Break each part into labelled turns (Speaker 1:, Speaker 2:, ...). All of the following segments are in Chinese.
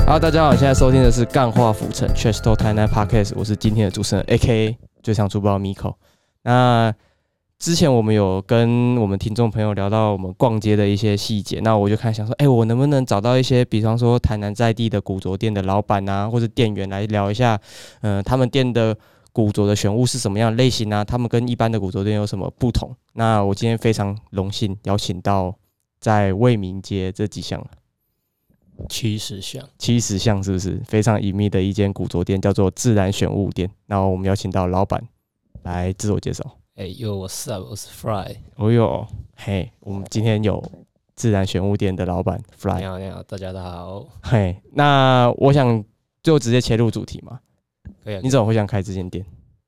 Speaker 1: Hello，大家好，现在收听的是《干话浮城 Trash Talk 台南 Podcast》，我是今天的主持人 A.K.A. 最强主播 Miko。那之前我们有跟我们听众朋友聊到我们逛街的一些细节，那我就看想说，哎、我能不能找到一些，比方说台南在地的古着店的老板啊，或者店员来聊一下，呃，他们店的古着的选物是什么样的类型啊？他们跟一般的古着店有什么不同？那我今天非常荣幸邀请到在卫民街这几项
Speaker 2: 七十项，
Speaker 1: 七十巷是不是非常隐秘的一间古着店，叫做自然选物店？然后我们邀请到老板来自我介绍。
Speaker 2: 哎、呦，我是啊，我是 Fry，
Speaker 1: 哦哟，嘿，我们今天有自然选物店的老板 Fly
Speaker 2: 你。好，你好，大家好，
Speaker 1: 嘿，那我想就直接切入主题嘛，
Speaker 2: 可以啊。
Speaker 1: 你怎么会想开这间店？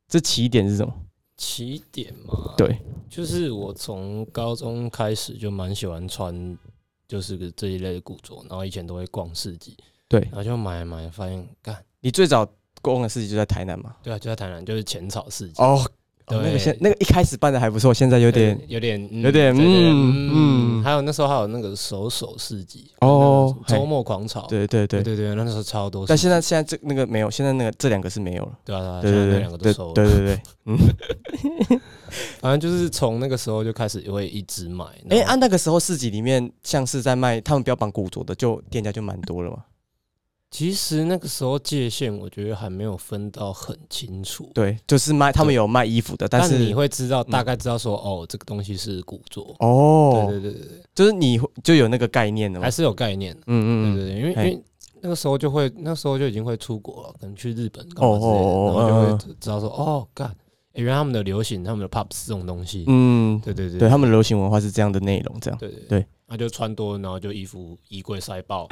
Speaker 1: 这起点是什么？
Speaker 2: 起点嘛，
Speaker 1: 对，
Speaker 2: 就是我从高中开始就蛮喜欢穿，就是个这一类的古着，然后以前都会逛市集，
Speaker 1: 对
Speaker 2: 然后就买买，发现干，
Speaker 1: 你最早逛的市集就在台南嘛？
Speaker 2: 对啊，就在台南，就是浅草市集，
Speaker 1: 哦，哦那个
Speaker 2: 对
Speaker 1: 现那个一开始办的还不错，现在有
Speaker 2: 有
Speaker 1: 点
Speaker 2: 有点嗯
Speaker 1: 有点
Speaker 2: 对对
Speaker 1: 嗯
Speaker 2: 对嗯
Speaker 1: 嗯
Speaker 2: 还有那时候还有那个手手市集
Speaker 1: 哦
Speaker 2: 那个周末狂潮，
Speaker 1: 对对
Speaker 2: 对
Speaker 1: 对。
Speaker 2: 对对，那时候超多市集，
Speaker 1: 但现在现在这那个没有，现在那个这两个是没有了。
Speaker 2: 对啊
Speaker 1: 对
Speaker 2: 对啊，现在
Speaker 1: 对
Speaker 2: 那
Speaker 1: 对
Speaker 2: 两个都
Speaker 1: 对
Speaker 2: 收了，
Speaker 1: 对对对。
Speaker 2: 反正就是从那个时候就开始会一直买，
Speaker 1: 哎、
Speaker 2: 然后
Speaker 1: 按、那个时候市集里面像是在卖他们标榜古着的，就店家就蛮多了嘛。
Speaker 2: 其实那个时候界限，我觉得还没有分到很清楚。
Speaker 1: 对，就是卖他们有卖衣服的，但是嗯
Speaker 2: 你会知道，大概知道说，哦，这个东西是古着。
Speaker 1: 哦，
Speaker 2: 对对对对
Speaker 1: 就是你会就有那个概念了
Speaker 2: 对，
Speaker 1: 嘛
Speaker 2: 还。是有概念的。对
Speaker 1: 嗯嗯嗯，
Speaker 2: 对对，因为
Speaker 1: 嘿
Speaker 2: 因为那个时候就会，那时候就已经会出国了，可能去日本干嘛之类
Speaker 1: 哦哦哦
Speaker 2: 的，然后
Speaker 1: 嗯
Speaker 2: 就会知道说，哦，干，诶原来他们的流行，他们的 pop s 这种东西。
Speaker 1: 嗯，
Speaker 2: 对对对
Speaker 1: 对他们的流行文化是这样的内容，这样。
Speaker 2: 对对
Speaker 1: 对，
Speaker 2: 那就穿多，然后就衣服衣柜塞 爆，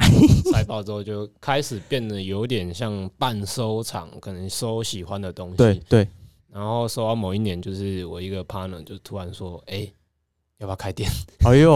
Speaker 2: 塞爆之后就开始变得有点像半收藏，可能收喜欢的东西。
Speaker 1: 对对，
Speaker 2: 然后收到某一年，就是我一个 partner 就突然说：“哎、要不要开店？
Speaker 1: 哎呦，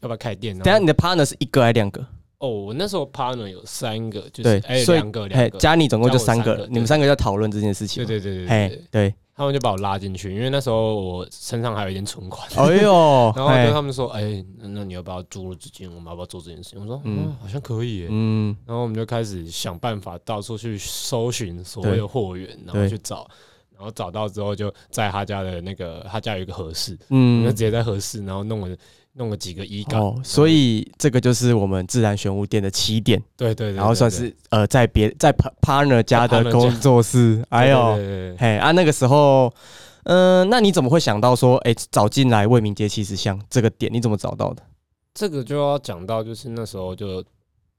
Speaker 2: 要不要开店？”
Speaker 1: 等一下
Speaker 2: 然后
Speaker 1: 你的 partner 是一个还是两个？
Speaker 2: 哦，我那时候 partner 有三个，就
Speaker 1: 对
Speaker 2: 是哎
Speaker 1: 所以
Speaker 2: 两、个
Speaker 1: 哎
Speaker 2: 两，个，
Speaker 1: 加你总共就
Speaker 2: 加我三
Speaker 1: 三个
Speaker 2: 个
Speaker 1: 了，
Speaker 2: 对
Speaker 1: 你们三个在讨论这件事情
Speaker 2: 对
Speaker 1: 嘛。
Speaker 2: 对对对
Speaker 1: 哎
Speaker 2: 对对，
Speaker 1: 对，
Speaker 2: 他们就把我拉进去，因为那时候我身上还有一点存款，
Speaker 1: 哎呦，
Speaker 2: 然后就
Speaker 1: 哎，
Speaker 2: 他们说：“哎、那那你要不要租了资金？我们要不要做这件事情？”我说：“
Speaker 1: 嗯
Speaker 2: 嗯，好像可以耶。
Speaker 1: 嗯，
Speaker 2: 然后我们就开始想办法到处去搜寻所谓的货源，然后
Speaker 1: 对
Speaker 2: 去找，然后找到之后就在他家的那个他家有一个合适，我们就
Speaker 1: 嗯
Speaker 2: 直，接在合适，然后弄了弄了几个衣杆，
Speaker 1: 哦，所以这个就是我们自然玄武店的起点。
Speaker 2: 对对对，
Speaker 1: 然后
Speaker 2: 对
Speaker 1: 算是呃，在别在 pa- partner 家
Speaker 2: 在
Speaker 1: 的
Speaker 2: partner
Speaker 1: 工作室，哎呦，
Speaker 2: 对对对对
Speaker 1: 嘿啊，那个时候，嗯、那你怎么会想到说，哎、找进来为民街七十巷这个点，你怎么找到的？
Speaker 2: 这个就要讲到，就是那时候就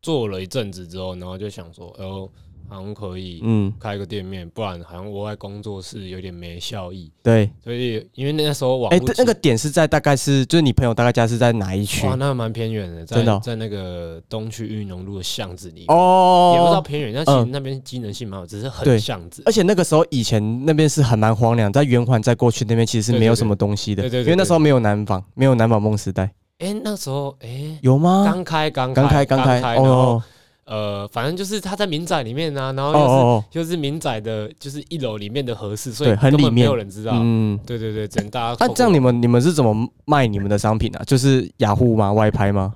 Speaker 2: 做了一阵子之后，然后就想说，哎呦，好像可以
Speaker 1: 嗯，
Speaker 2: 开个店面，不然好像我在工作室有点没效益，
Speaker 1: 对，
Speaker 2: 所以因为那时候网
Speaker 1: 哎、
Speaker 2: 络
Speaker 1: 那个点是在大概是，就是你朋友大概家是在哪一区
Speaker 2: 哇，？那蛮偏远的，在
Speaker 1: 真的哦
Speaker 2: 在那个东区裕农路的巷子里面，也不知道
Speaker 1: 哦，
Speaker 2: 偏远，但其实
Speaker 1: 嗯
Speaker 2: 那边机能性蛮好，只是
Speaker 1: 对
Speaker 2: 很巷子。
Speaker 1: 而且那个时候以前那边是很蛮荒凉，在圆环再过去那边其实是没有什么东西的，
Speaker 2: 对对对对对
Speaker 1: 因为那时候没有南纺，没有南纺梦时代，
Speaker 2: 哎，那时候哎，
Speaker 1: 有吗？
Speaker 2: 刚开刚
Speaker 1: 啊刚开
Speaker 2: 刚
Speaker 1: 刚开
Speaker 2: 开，然后
Speaker 1: 哦
Speaker 2: 呃，反正就是他在民宅里面啊，然后
Speaker 1: 哦
Speaker 2: 又是
Speaker 1: 哦，
Speaker 2: 就是民宅的，就是一楼里面的合适，所以
Speaker 1: 对很
Speaker 2: 根本
Speaker 1: 里面
Speaker 2: 没有人知道。
Speaker 1: 嗯。
Speaker 2: 对对对，只能大家
Speaker 1: 那、
Speaker 2: 透过。
Speaker 1: 这样你们你们是怎么卖你们的商品啊？就是雅虎吗？外拍吗？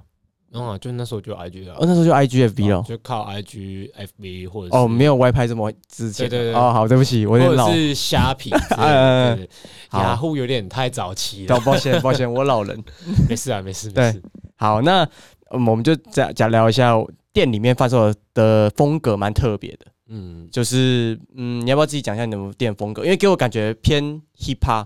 Speaker 2: 然后、啊、就那时候就 IG 啊
Speaker 1: 哦，，那时候就 IGFB 了。
Speaker 2: 就靠 IG、FB 或者是
Speaker 1: 哦，没有外拍这么之前。
Speaker 2: 对对对
Speaker 1: 哦，好，对不起，我有点
Speaker 2: 或者
Speaker 1: 老。
Speaker 2: 是虾皮之 类
Speaker 1: 哎哎哎
Speaker 2: 的。对对
Speaker 1: 好
Speaker 2: 对雅虎有点太早期了
Speaker 1: 哦，，抱歉抱歉，我老人。
Speaker 2: 没事啊，没事没
Speaker 1: 对
Speaker 2: 事。
Speaker 1: 好，那、嗯、我们就假假聊一下店里面贩售的风格，蛮特别的。
Speaker 2: 嗯，
Speaker 1: 就是嗯，你要不要自己讲一下你们店风格？因为给我感觉偏 hip hop。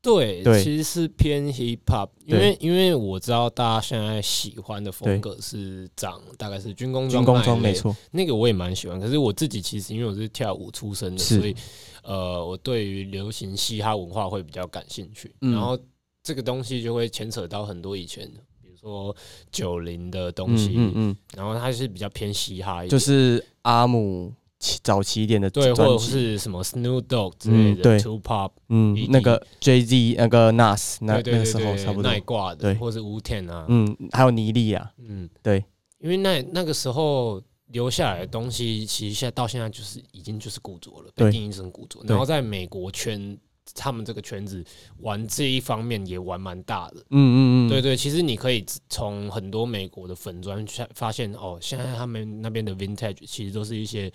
Speaker 2: 对，
Speaker 1: 对
Speaker 2: 其实是偏 hip hop，因为因为我知道大家现在喜欢的风格是长大概是军工
Speaker 1: 军
Speaker 2: 装那
Speaker 1: 工
Speaker 2: 一
Speaker 1: 装没
Speaker 2: 类
Speaker 1: 错，
Speaker 2: 那个我也蛮喜欢，可是我自己其实因为我是跳舞出身的，
Speaker 1: 是
Speaker 2: 所以呃，我对于流行嘻哈文化会比较感兴趣。
Speaker 1: 嗯
Speaker 2: 然后这个东西就会牵扯到很多以前，比如说九零的东西，
Speaker 1: 嗯，
Speaker 2: 然后它是比较偏嘻哈一点，
Speaker 1: 就是阿姆起早期一点的
Speaker 2: 对，
Speaker 1: 专
Speaker 2: 或者
Speaker 1: 辑，
Speaker 2: 是什么 Snoop Dogg 之类
Speaker 1: 嗯
Speaker 2: 的、
Speaker 1: 对
Speaker 2: Two Pop，
Speaker 1: 嗯，那个 Jay Z 那个 Nas 那
Speaker 2: 对
Speaker 1: 那
Speaker 2: 对
Speaker 1: 个时
Speaker 2: 对
Speaker 1: 候差
Speaker 2: 对，
Speaker 1: 不多
Speaker 2: 那一。挂
Speaker 1: 对
Speaker 2: 的，或者是 Wu Ten 啊，
Speaker 1: 嗯，还有尼利啊，
Speaker 2: 嗯，
Speaker 1: 对，
Speaker 2: 因为那那个时候留下来的东西，其实现在到现在就是已经就是古着了，
Speaker 1: 对
Speaker 2: 被定义成古着。
Speaker 1: 对
Speaker 2: 然后在美国圈他们这个圈子玩这一方面也玩蛮大的。
Speaker 1: 嗯嗯嗯，
Speaker 2: 对对，其实你可以从很多美国的粉砖去发现哦，现在他们那边的 vintage 其实都是一些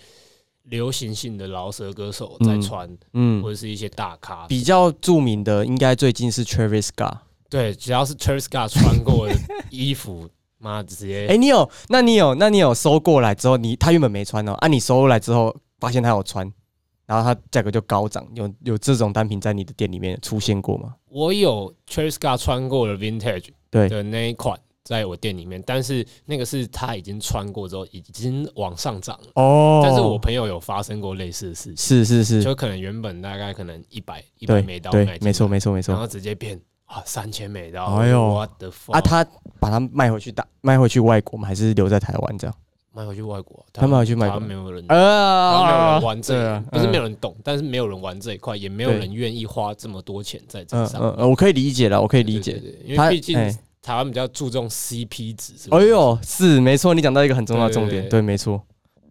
Speaker 2: 流行性的饶舌歌手在
Speaker 1: 嗯
Speaker 2: 穿，
Speaker 1: 嗯
Speaker 2: 或，者是一些大咖。
Speaker 1: 比较著名的应该最近是 Travis Scott。
Speaker 2: 对，只要是 Travis Scott 穿过的衣服， 妈直接
Speaker 1: 哎、你有？那你有？那你有收过来之后，你他原本没穿哦，啊，你收过来之后发现他有穿，然后它价格就高涨。有有这种单品在你的店里面出现过吗？
Speaker 2: 我有 Travis Scott 穿过的 Vintage
Speaker 1: 对
Speaker 2: 的那一款在我店里面，但是那个是他已经穿过之后已经往上涨了。
Speaker 1: 哦
Speaker 2: 但是我朋友有发生过类似的事情，
Speaker 1: 是是是，
Speaker 2: 就可能原本大概可能一百一百
Speaker 1: 对
Speaker 2: 美刀买
Speaker 1: 对，
Speaker 2: 进
Speaker 1: 没错
Speaker 2: 来
Speaker 1: 没错没
Speaker 2: 然
Speaker 1: 错。
Speaker 2: 后直接变啊三千美刀，
Speaker 1: 哎呦
Speaker 2: 我的
Speaker 1: 啊，他把它卖回去大卖回去外国吗？还是留在台湾这样？
Speaker 2: 卖回去外国，
Speaker 1: 他卖回去外
Speaker 2: 他
Speaker 1: 国
Speaker 2: 没有人，他嗯没有
Speaker 1: 啊
Speaker 2: 人玩这
Speaker 1: 对
Speaker 2: 个
Speaker 1: 啊，
Speaker 2: 不是没
Speaker 1: 嗯
Speaker 2: 有人懂，但是没有人玩这一块，也没有
Speaker 1: 对
Speaker 2: 人愿意花这么多钱在这
Speaker 1: 嗯
Speaker 2: 上
Speaker 1: 嗯，嗯我可以理解了，我可以
Speaker 2: 对
Speaker 1: 理解。
Speaker 2: 对对因
Speaker 1: 他
Speaker 2: 为毕竟
Speaker 1: 哎
Speaker 2: 台湾比较注重 CP 值，是不
Speaker 1: 哎
Speaker 2: 是，
Speaker 1: 呦，是没错，你讲到一个很重要的重
Speaker 2: 对对
Speaker 1: 点，
Speaker 2: 对
Speaker 1: 对，没错，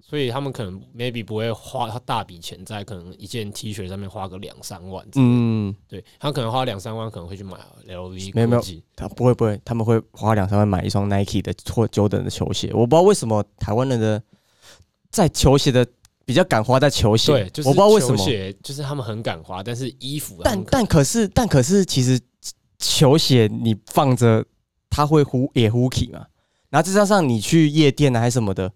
Speaker 2: 所以他们可能 maybe 不会花大笔钱在可能一件 T 恤上面花个两三万，嗯，
Speaker 1: 嗯，
Speaker 2: 对他可能花两三万可能会去买 LV，
Speaker 1: 没有没有
Speaker 2: Gucci
Speaker 1: 他不会不会，他们会花两三万买一双 Nike 的或 Jordan 的球鞋。我不知道为什么台湾人的在球鞋的比较敢花在球鞋，
Speaker 2: 对，就是
Speaker 1: 我不知道为什
Speaker 2: 球
Speaker 1: 么。
Speaker 2: 鞋就是他们很敢花，但是衣服啊他
Speaker 1: 但
Speaker 2: 们可能
Speaker 1: 但可是但可是，其实球鞋你放着，它会呼也呼起嘛。然后再加上你去夜店啊还是什么的，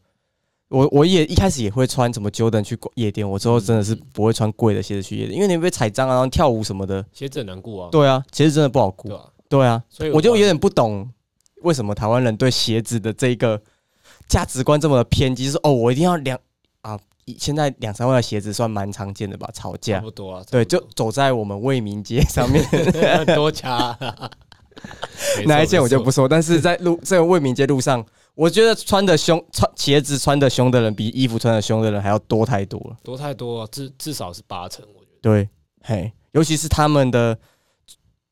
Speaker 1: 我我也一开始也会穿什么 Jordan 去夜店，我之后真的
Speaker 2: 嗯
Speaker 1: 是不会穿贵的鞋子去夜店，因为你会被踩脏啊，然后跳舞什么的。
Speaker 2: 鞋子很难顾啊，
Speaker 1: 对啊，其实真的不好
Speaker 2: 对
Speaker 1: 估。
Speaker 2: 吧？
Speaker 1: 对啊，
Speaker 2: 所以
Speaker 1: 我就有
Speaker 2: 玩
Speaker 1: 点不懂为什么台湾人对鞋子的这一个价值观这么的偏激，就是哦，我一定要两啊，以现在两三万的鞋子算蛮常见的吧，吵
Speaker 2: 差
Speaker 1: 架
Speaker 2: 不。多啊，
Speaker 1: 对，
Speaker 2: 差
Speaker 1: 就
Speaker 2: 不
Speaker 1: 走在我们卫民街上 面
Speaker 2: 多多掐啊没错
Speaker 1: 那一件我就
Speaker 2: 没
Speaker 1: 不
Speaker 2: 错
Speaker 1: 说，但是在 路这个卫民街路上，我觉得穿的凶穿鞋子穿的凶的人比衣服穿的凶的人还要多太多了。
Speaker 2: 多太多，啊至至少是八成，我觉得
Speaker 1: 对，嘿，尤其是他们的，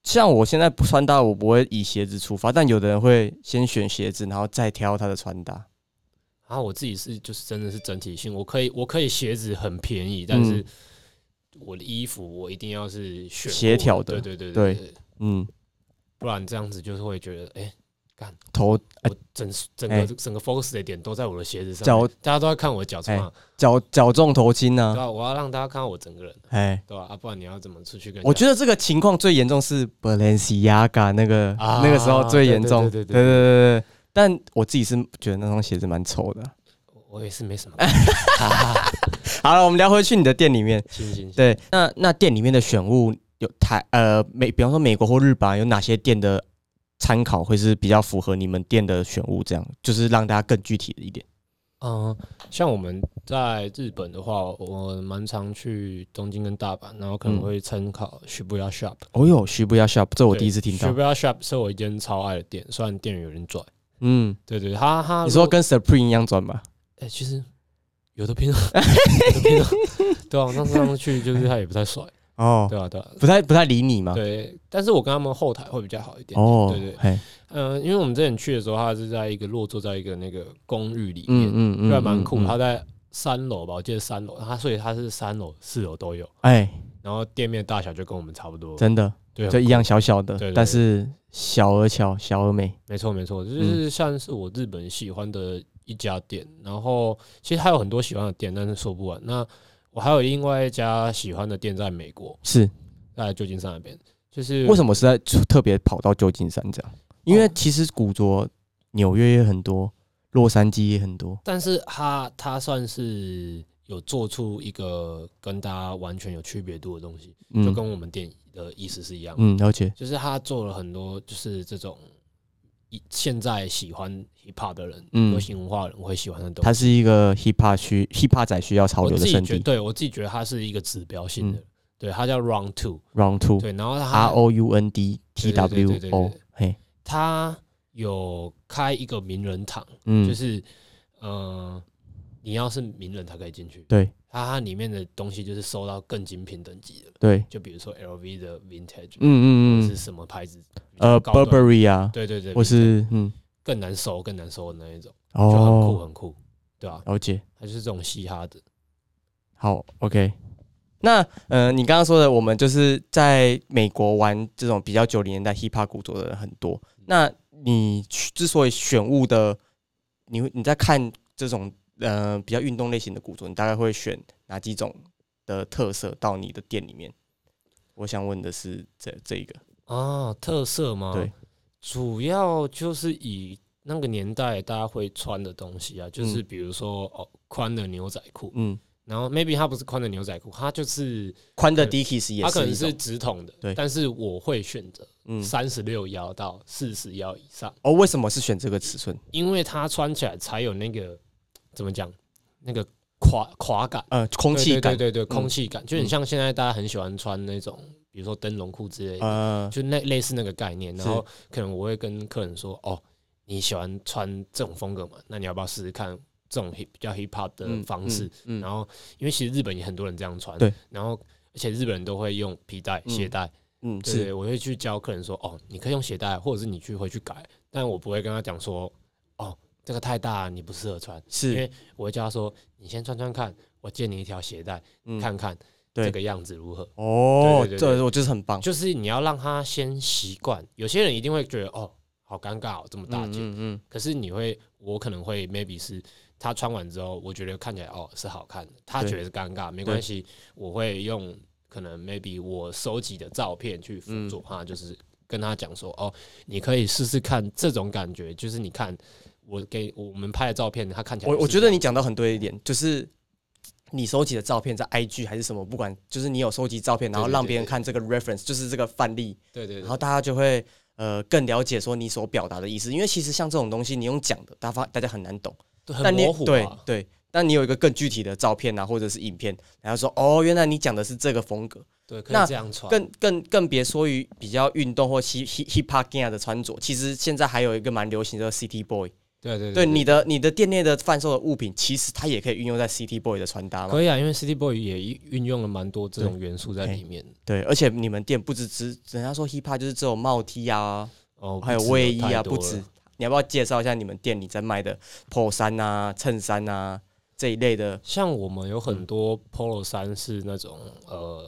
Speaker 1: 像我现在不穿搭，我不会以鞋子出发，但有的人会先选鞋子，然后再挑他的穿搭。
Speaker 2: 然啊后我自己是就是真的是整体性，我可以我可以鞋子很便宜，但
Speaker 1: 嗯
Speaker 2: 是我的衣服我一定要是选过
Speaker 1: 协调的
Speaker 2: 对对
Speaker 1: 对
Speaker 2: 对对，
Speaker 1: 嗯，
Speaker 2: 不然这样子就是会觉得，哎，
Speaker 1: 头呃
Speaker 2: 我整整
Speaker 1: 哎
Speaker 2: 个整个 focus 的点都在我的鞋子上
Speaker 1: 脚哎
Speaker 2: 面，大家都在看我的脚穿啊，
Speaker 1: 绞绞中头啊巾
Speaker 2: 对
Speaker 1: 呢、
Speaker 2: 吧？我要让大家看到我整个人，
Speaker 1: 哎，
Speaker 2: 对吧？啊，不然你要怎么出去跟人家？
Speaker 1: 我觉得这个情况最严重是 Balenciaga 那个、
Speaker 2: 啊
Speaker 1: 那个时候最严重，
Speaker 2: 对对对
Speaker 1: 对
Speaker 2: 对
Speaker 1: 对对但我自己是觉得那双鞋子蛮丑的。
Speaker 2: 我也是没什么
Speaker 1: 哎好了，我们聊回去你的店里面。
Speaker 2: 信心。
Speaker 1: 对，那那店里面的选物有台呃美，比方说美国或日本啊有哪些店的参考会是比较符合你们店的选物？这样就是让大家更具体的一点。
Speaker 2: 嗯，像我们在日本的话，我蛮常去东京跟大阪，然后可能
Speaker 1: 嗯
Speaker 2: 会参考 Shibuya Shop。
Speaker 1: 哦哟，徐不要 shop，这我第一次听到。
Speaker 2: Shibuya Shop 是我一间超爱的店，虽然店员有人拽，
Speaker 1: 嗯，
Speaker 2: 对对，他他
Speaker 1: 你说跟 Supreme 一样转吧？
Speaker 2: 哎、其实有的拼啊，有 的拼啊，对啊，我上次上次去就是他也不太甩，
Speaker 1: 哦，
Speaker 2: 对啊对啊，
Speaker 1: 不太不太理你嘛。
Speaker 2: 对，但是我跟他们后台会比较好一点，
Speaker 1: 哦，
Speaker 2: 对对
Speaker 1: 嘿，
Speaker 2: 嗯、因为我们之前去的时候，他是在一个落座在一个那个公寓里面，
Speaker 1: 嗯嗯嗯，
Speaker 2: 对啊，蛮酷，
Speaker 1: 嗯
Speaker 2: 他在三楼吧，我记得三楼，他所以他是三楼四楼都有。
Speaker 1: 哎，
Speaker 2: 然后店面大小就跟我们差不多，
Speaker 1: 真的
Speaker 2: 对，
Speaker 1: 就
Speaker 2: 很
Speaker 1: 一
Speaker 2: 酷
Speaker 1: 样，小小的，
Speaker 2: 对对对
Speaker 1: 但是小而巧，小而美。
Speaker 2: 没错没错，这
Speaker 1: 嗯
Speaker 2: 就是像是我日本喜欢的一家店。然后其实还有很多喜欢的店，但是说不完。那我还有另外一家喜欢的店在美国，
Speaker 1: 是
Speaker 2: 在旧金山那边，就是
Speaker 1: 为什么是在特别跑到旧金山这样？因
Speaker 2: 哦
Speaker 1: 为其实古着纽约也很多，洛杉矶也很多。
Speaker 2: 但是他他算是有做出一个跟大家完全有区别度的东西，就
Speaker 1: 嗯
Speaker 2: 跟我们店的意思是一样的，
Speaker 1: 嗯，了解。
Speaker 2: 就是他做了很多就是这种。一现在喜欢 hip hop 的人，
Speaker 1: 嗯
Speaker 2: 流行文化的人会喜欢的东西哦
Speaker 1: 它，是一个 hip hop 需 hip hop 仔需要潮
Speaker 2: 我
Speaker 1: 流
Speaker 2: 自
Speaker 1: 的
Speaker 2: 己
Speaker 1: 圣
Speaker 2: 觉
Speaker 1: 地。
Speaker 2: 对我自己觉得它是一个指标性的，
Speaker 1: 嗯
Speaker 2: 对，它叫 Round Two，
Speaker 1: Round two
Speaker 2: 对，然后
Speaker 1: R
Speaker 2: 它
Speaker 1: O U N D T
Speaker 2: 对对对
Speaker 1: W
Speaker 2: 对对对
Speaker 1: O 嘿，
Speaker 2: 它有开一个名人堂，就
Speaker 1: 嗯，
Speaker 2: 是呃，你要是名人才可以进去，
Speaker 1: 对
Speaker 2: 它它里面的东西就是收到更精品等级的，
Speaker 1: 对，
Speaker 2: 就比如说 LV 的 Vintage，
Speaker 1: 嗯嗯
Speaker 2: 或者是
Speaker 1: 嗯，
Speaker 2: 什么牌子，比较
Speaker 1: 呃
Speaker 2: 高端
Speaker 1: ，Burberry 啊，
Speaker 2: 对对对，
Speaker 1: 或是嗯，
Speaker 2: 更难收更难收的那一种，就很酷
Speaker 1: 哦，
Speaker 2: 很酷，对吧、啊？
Speaker 1: 了解。
Speaker 2: 它就是这种嘻哈的，
Speaker 1: 好，OK，那呃，你刚刚说的，我们就是在美国玩这种比较九零年代 hip hop 古着的人很多。那你去之所以选物的，你会你在看这种呃比较运动类型的古着，你大概会选哪几种的特色到你的店里面？我想问的是这这一个，
Speaker 2: 啊，特色吗？
Speaker 1: 对，
Speaker 2: 主要就是以那个年代大家会穿的东西啊，就是
Speaker 1: 嗯
Speaker 2: 比如说哦，宽的牛仔裤，
Speaker 1: 嗯，
Speaker 2: 然后 maybe 它不是宽的牛仔裤，它就是
Speaker 1: 宽的
Speaker 2: 可
Speaker 1: Dickies 也
Speaker 2: 它可
Speaker 1: 是
Speaker 2: 能
Speaker 1: 一
Speaker 2: 是
Speaker 1: 种，
Speaker 2: 直筒的，
Speaker 1: 对
Speaker 2: 但是我会选择
Speaker 1: 嗯，
Speaker 2: 三十六腰到四十腰以上，
Speaker 1: 哦，为什么是选这个尺寸？
Speaker 2: 因为它穿起来才有那个怎么讲，那个垮垮感。
Speaker 1: 呃，空
Speaker 2: 对
Speaker 1: 气
Speaker 2: 对
Speaker 1: 感，
Speaker 2: 对对对，
Speaker 1: 嗯
Speaker 2: 空气感、就很像现在大家很喜欢穿那种，比如说灯笼裤之类的，
Speaker 1: 呃，
Speaker 2: 就那类似那个概念。
Speaker 1: 是
Speaker 2: 然后可能我会跟客人说，哦，你喜欢穿这种风格嘛？那你要不要试试看这种 hip 比较 hip hop 的
Speaker 1: 嗯
Speaker 2: 方式？，
Speaker 1: 嗯，
Speaker 2: 然后因为其实日本也很多人这样穿，
Speaker 1: 对，
Speaker 2: 然后。而且日本人都会用皮带、
Speaker 1: 嗯
Speaker 2: 鞋带，
Speaker 1: 嗯，
Speaker 2: 对
Speaker 1: 是，
Speaker 2: 我会去教客人说，哦，你可以用鞋带，或者是你去回去改，但我不会跟他讲说，哦，这个太大了，你不适合穿。因
Speaker 1: 是
Speaker 2: 为，我会叫他说，你先穿穿看，我借你一条鞋带，
Speaker 1: 嗯
Speaker 2: 看看
Speaker 1: 对
Speaker 2: 这个样子如何。
Speaker 1: 哦，
Speaker 2: 对对对对
Speaker 1: 这我就是很棒，
Speaker 2: 就是你要让他先习惯。有些人一定会觉得哦，好尴尬、哦，这么大
Speaker 1: 嗯
Speaker 2: 件。
Speaker 1: 嗯嗯，
Speaker 2: 可是你会，我可能会 maybe 是他穿完之后，我觉得看起来哦是好看的，他
Speaker 1: 对
Speaker 2: 觉得是尴尬，没关系，我会用可能 maybe 我收集的照片去辅
Speaker 1: 嗯
Speaker 2: 助他，就是跟他讲说哦，你可以试试看这种感觉，就是你看我给我们拍的照片，他看起来
Speaker 1: 我
Speaker 2: 是
Speaker 1: 我觉得
Speaker 2: 这样
Speaker 1: 你讲到很对一点，就是你收集的照片在 IG 还是什么，不管就是你有收集照片，然后
Speaker 2: 对对
Speaker 1: 让
Speaker 2: 对
Speaker 1: 别人
Speaker 2: 对
Speaker 1: 看这个 reference，就是这个范例，
Speaker 2: 对对对
Speaker 1: 然后大家就会呃更了解说你所表达的意思，因为其实像这种东西，你用讲的，大家大家很难懂，
Speaker 2: 对
Speaker 1: 但
Speaker 2: 很
Speaker 1: 你
Speaker 2: 模糊、啊，
Speaker 1: 对对，但你有一个更具体的照片啊，或者是影片，然后说哦，原来你讲的是这个风格，
Speaker 2: 对，可
Speaker 1: 那
Speaker 2: 以这样穿，
Speaker 1: 更更更别说于比较运动或 hip hip hop gang 的穿着，其实现在还有一个蛮流行的 city boy。
Speaker 2: 对对
Speaker 1: 对你的你的店内的贩售的物品，其实它也可以运用在 City Boy 的穿搭嘛。
Speaker 2: 可以啊，因为 City Boy 也运用了蛮多这种元素在里面。
Speaker 1: 对，而且你们店不只只人家说 hip hop 就是只有帽 T 啊，
Speaker 2: 哦，
Speaker 1: 还有
Speaker 2: 不止
Speaker 1: 卫衣啊，
Speaker 2: 太多
Speaker 1: 不
Speaker 2: 了
Speaker 1: 止。你要不要介绍一下你们店里在卖的 polo 衫啊、衬衫啊这一类的？
Speaker 2: 像我们有
Speaker 1: 嗯
Speaker 2: 很多 Polo 衫是那种呃，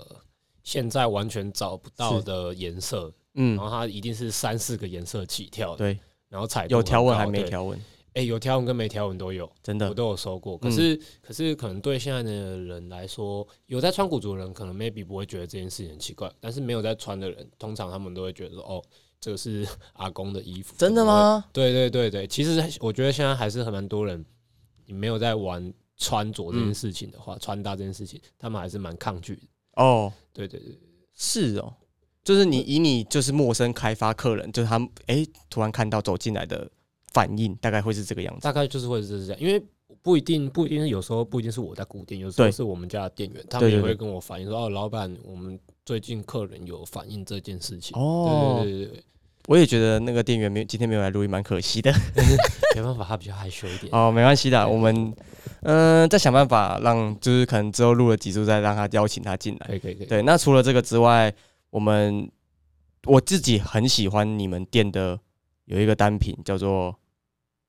Speaker 2: 现在完全找不到的颜色，
Speaker 1: 嗯
Speaker 2: 然，后它一定是三四个颜色起跳的，
Speaker 1: 对，
Speaker 2: 然后彩度
Speaker 1: 有条纹还
Speaker 2: 很高
Speaker 1: 没，
Speaker 2: 对
Speaker 1: 条纹，
Speaker 2: 哎，有条纹跟没条纹都有，
Speaker 1: 真
Speaker 2: 我
Speaker 1: 的。
Speaker 2: 都有收过。
Speaker 1: 嗯
Speaker 2: 可是可是可能对现在的人来说，有在穿古着的人，可能 maybe 不会觉得这件事情很奇怪，但是没有在穿的人，通常他们都会觉得说，哦，这个是阿公的衣服，
Speaker 1: 真的？吗？
Speaker 2: 对对对对，其实我觉得现在还是很蛮多人，你没有在玩穿着这件事情的话，穿搭这件事情，他们还是蛮抗拒的。
Speaker 1: 哦，
Speaker 2: 对对对，
Speaker 1: 是哦，就是你以你就是陌生开发客人，就是他们诶突然看到走进来的反应，大概会是这个样子。
Speaker 2: 大概就是会是这样，因为不一定不一定是有时候不一定是我在固定，有时
Speaker 1: 对
Speaker 2: 候是我们家的店员，他们
Speaker 1: 对对
Speaker 2: 也
Speaker 1: 对
Speaker 2: 会跟我反映说，哦，老板，我们最近客人有反映这件事情。
Speaker 1: 哦
Speaker 2: 对对对对
Speaker 1: 我也觉得那个店员没有今天没有来录音，蛮可惜的。
Speaker 2: 对， 没办法，他比较害羞一点。
Speaker 1: 哦，没关系的，
Speaker 2: 对
Speaker 1: 我们嗯、呃再想办法让，就是可能之后录了几组再让他邀请他进来。
Speaker 2: 可以可以可以，
Speaker 1: 对，那除了这个之外，我们我自己很喜欢你们店的有一个单品叫做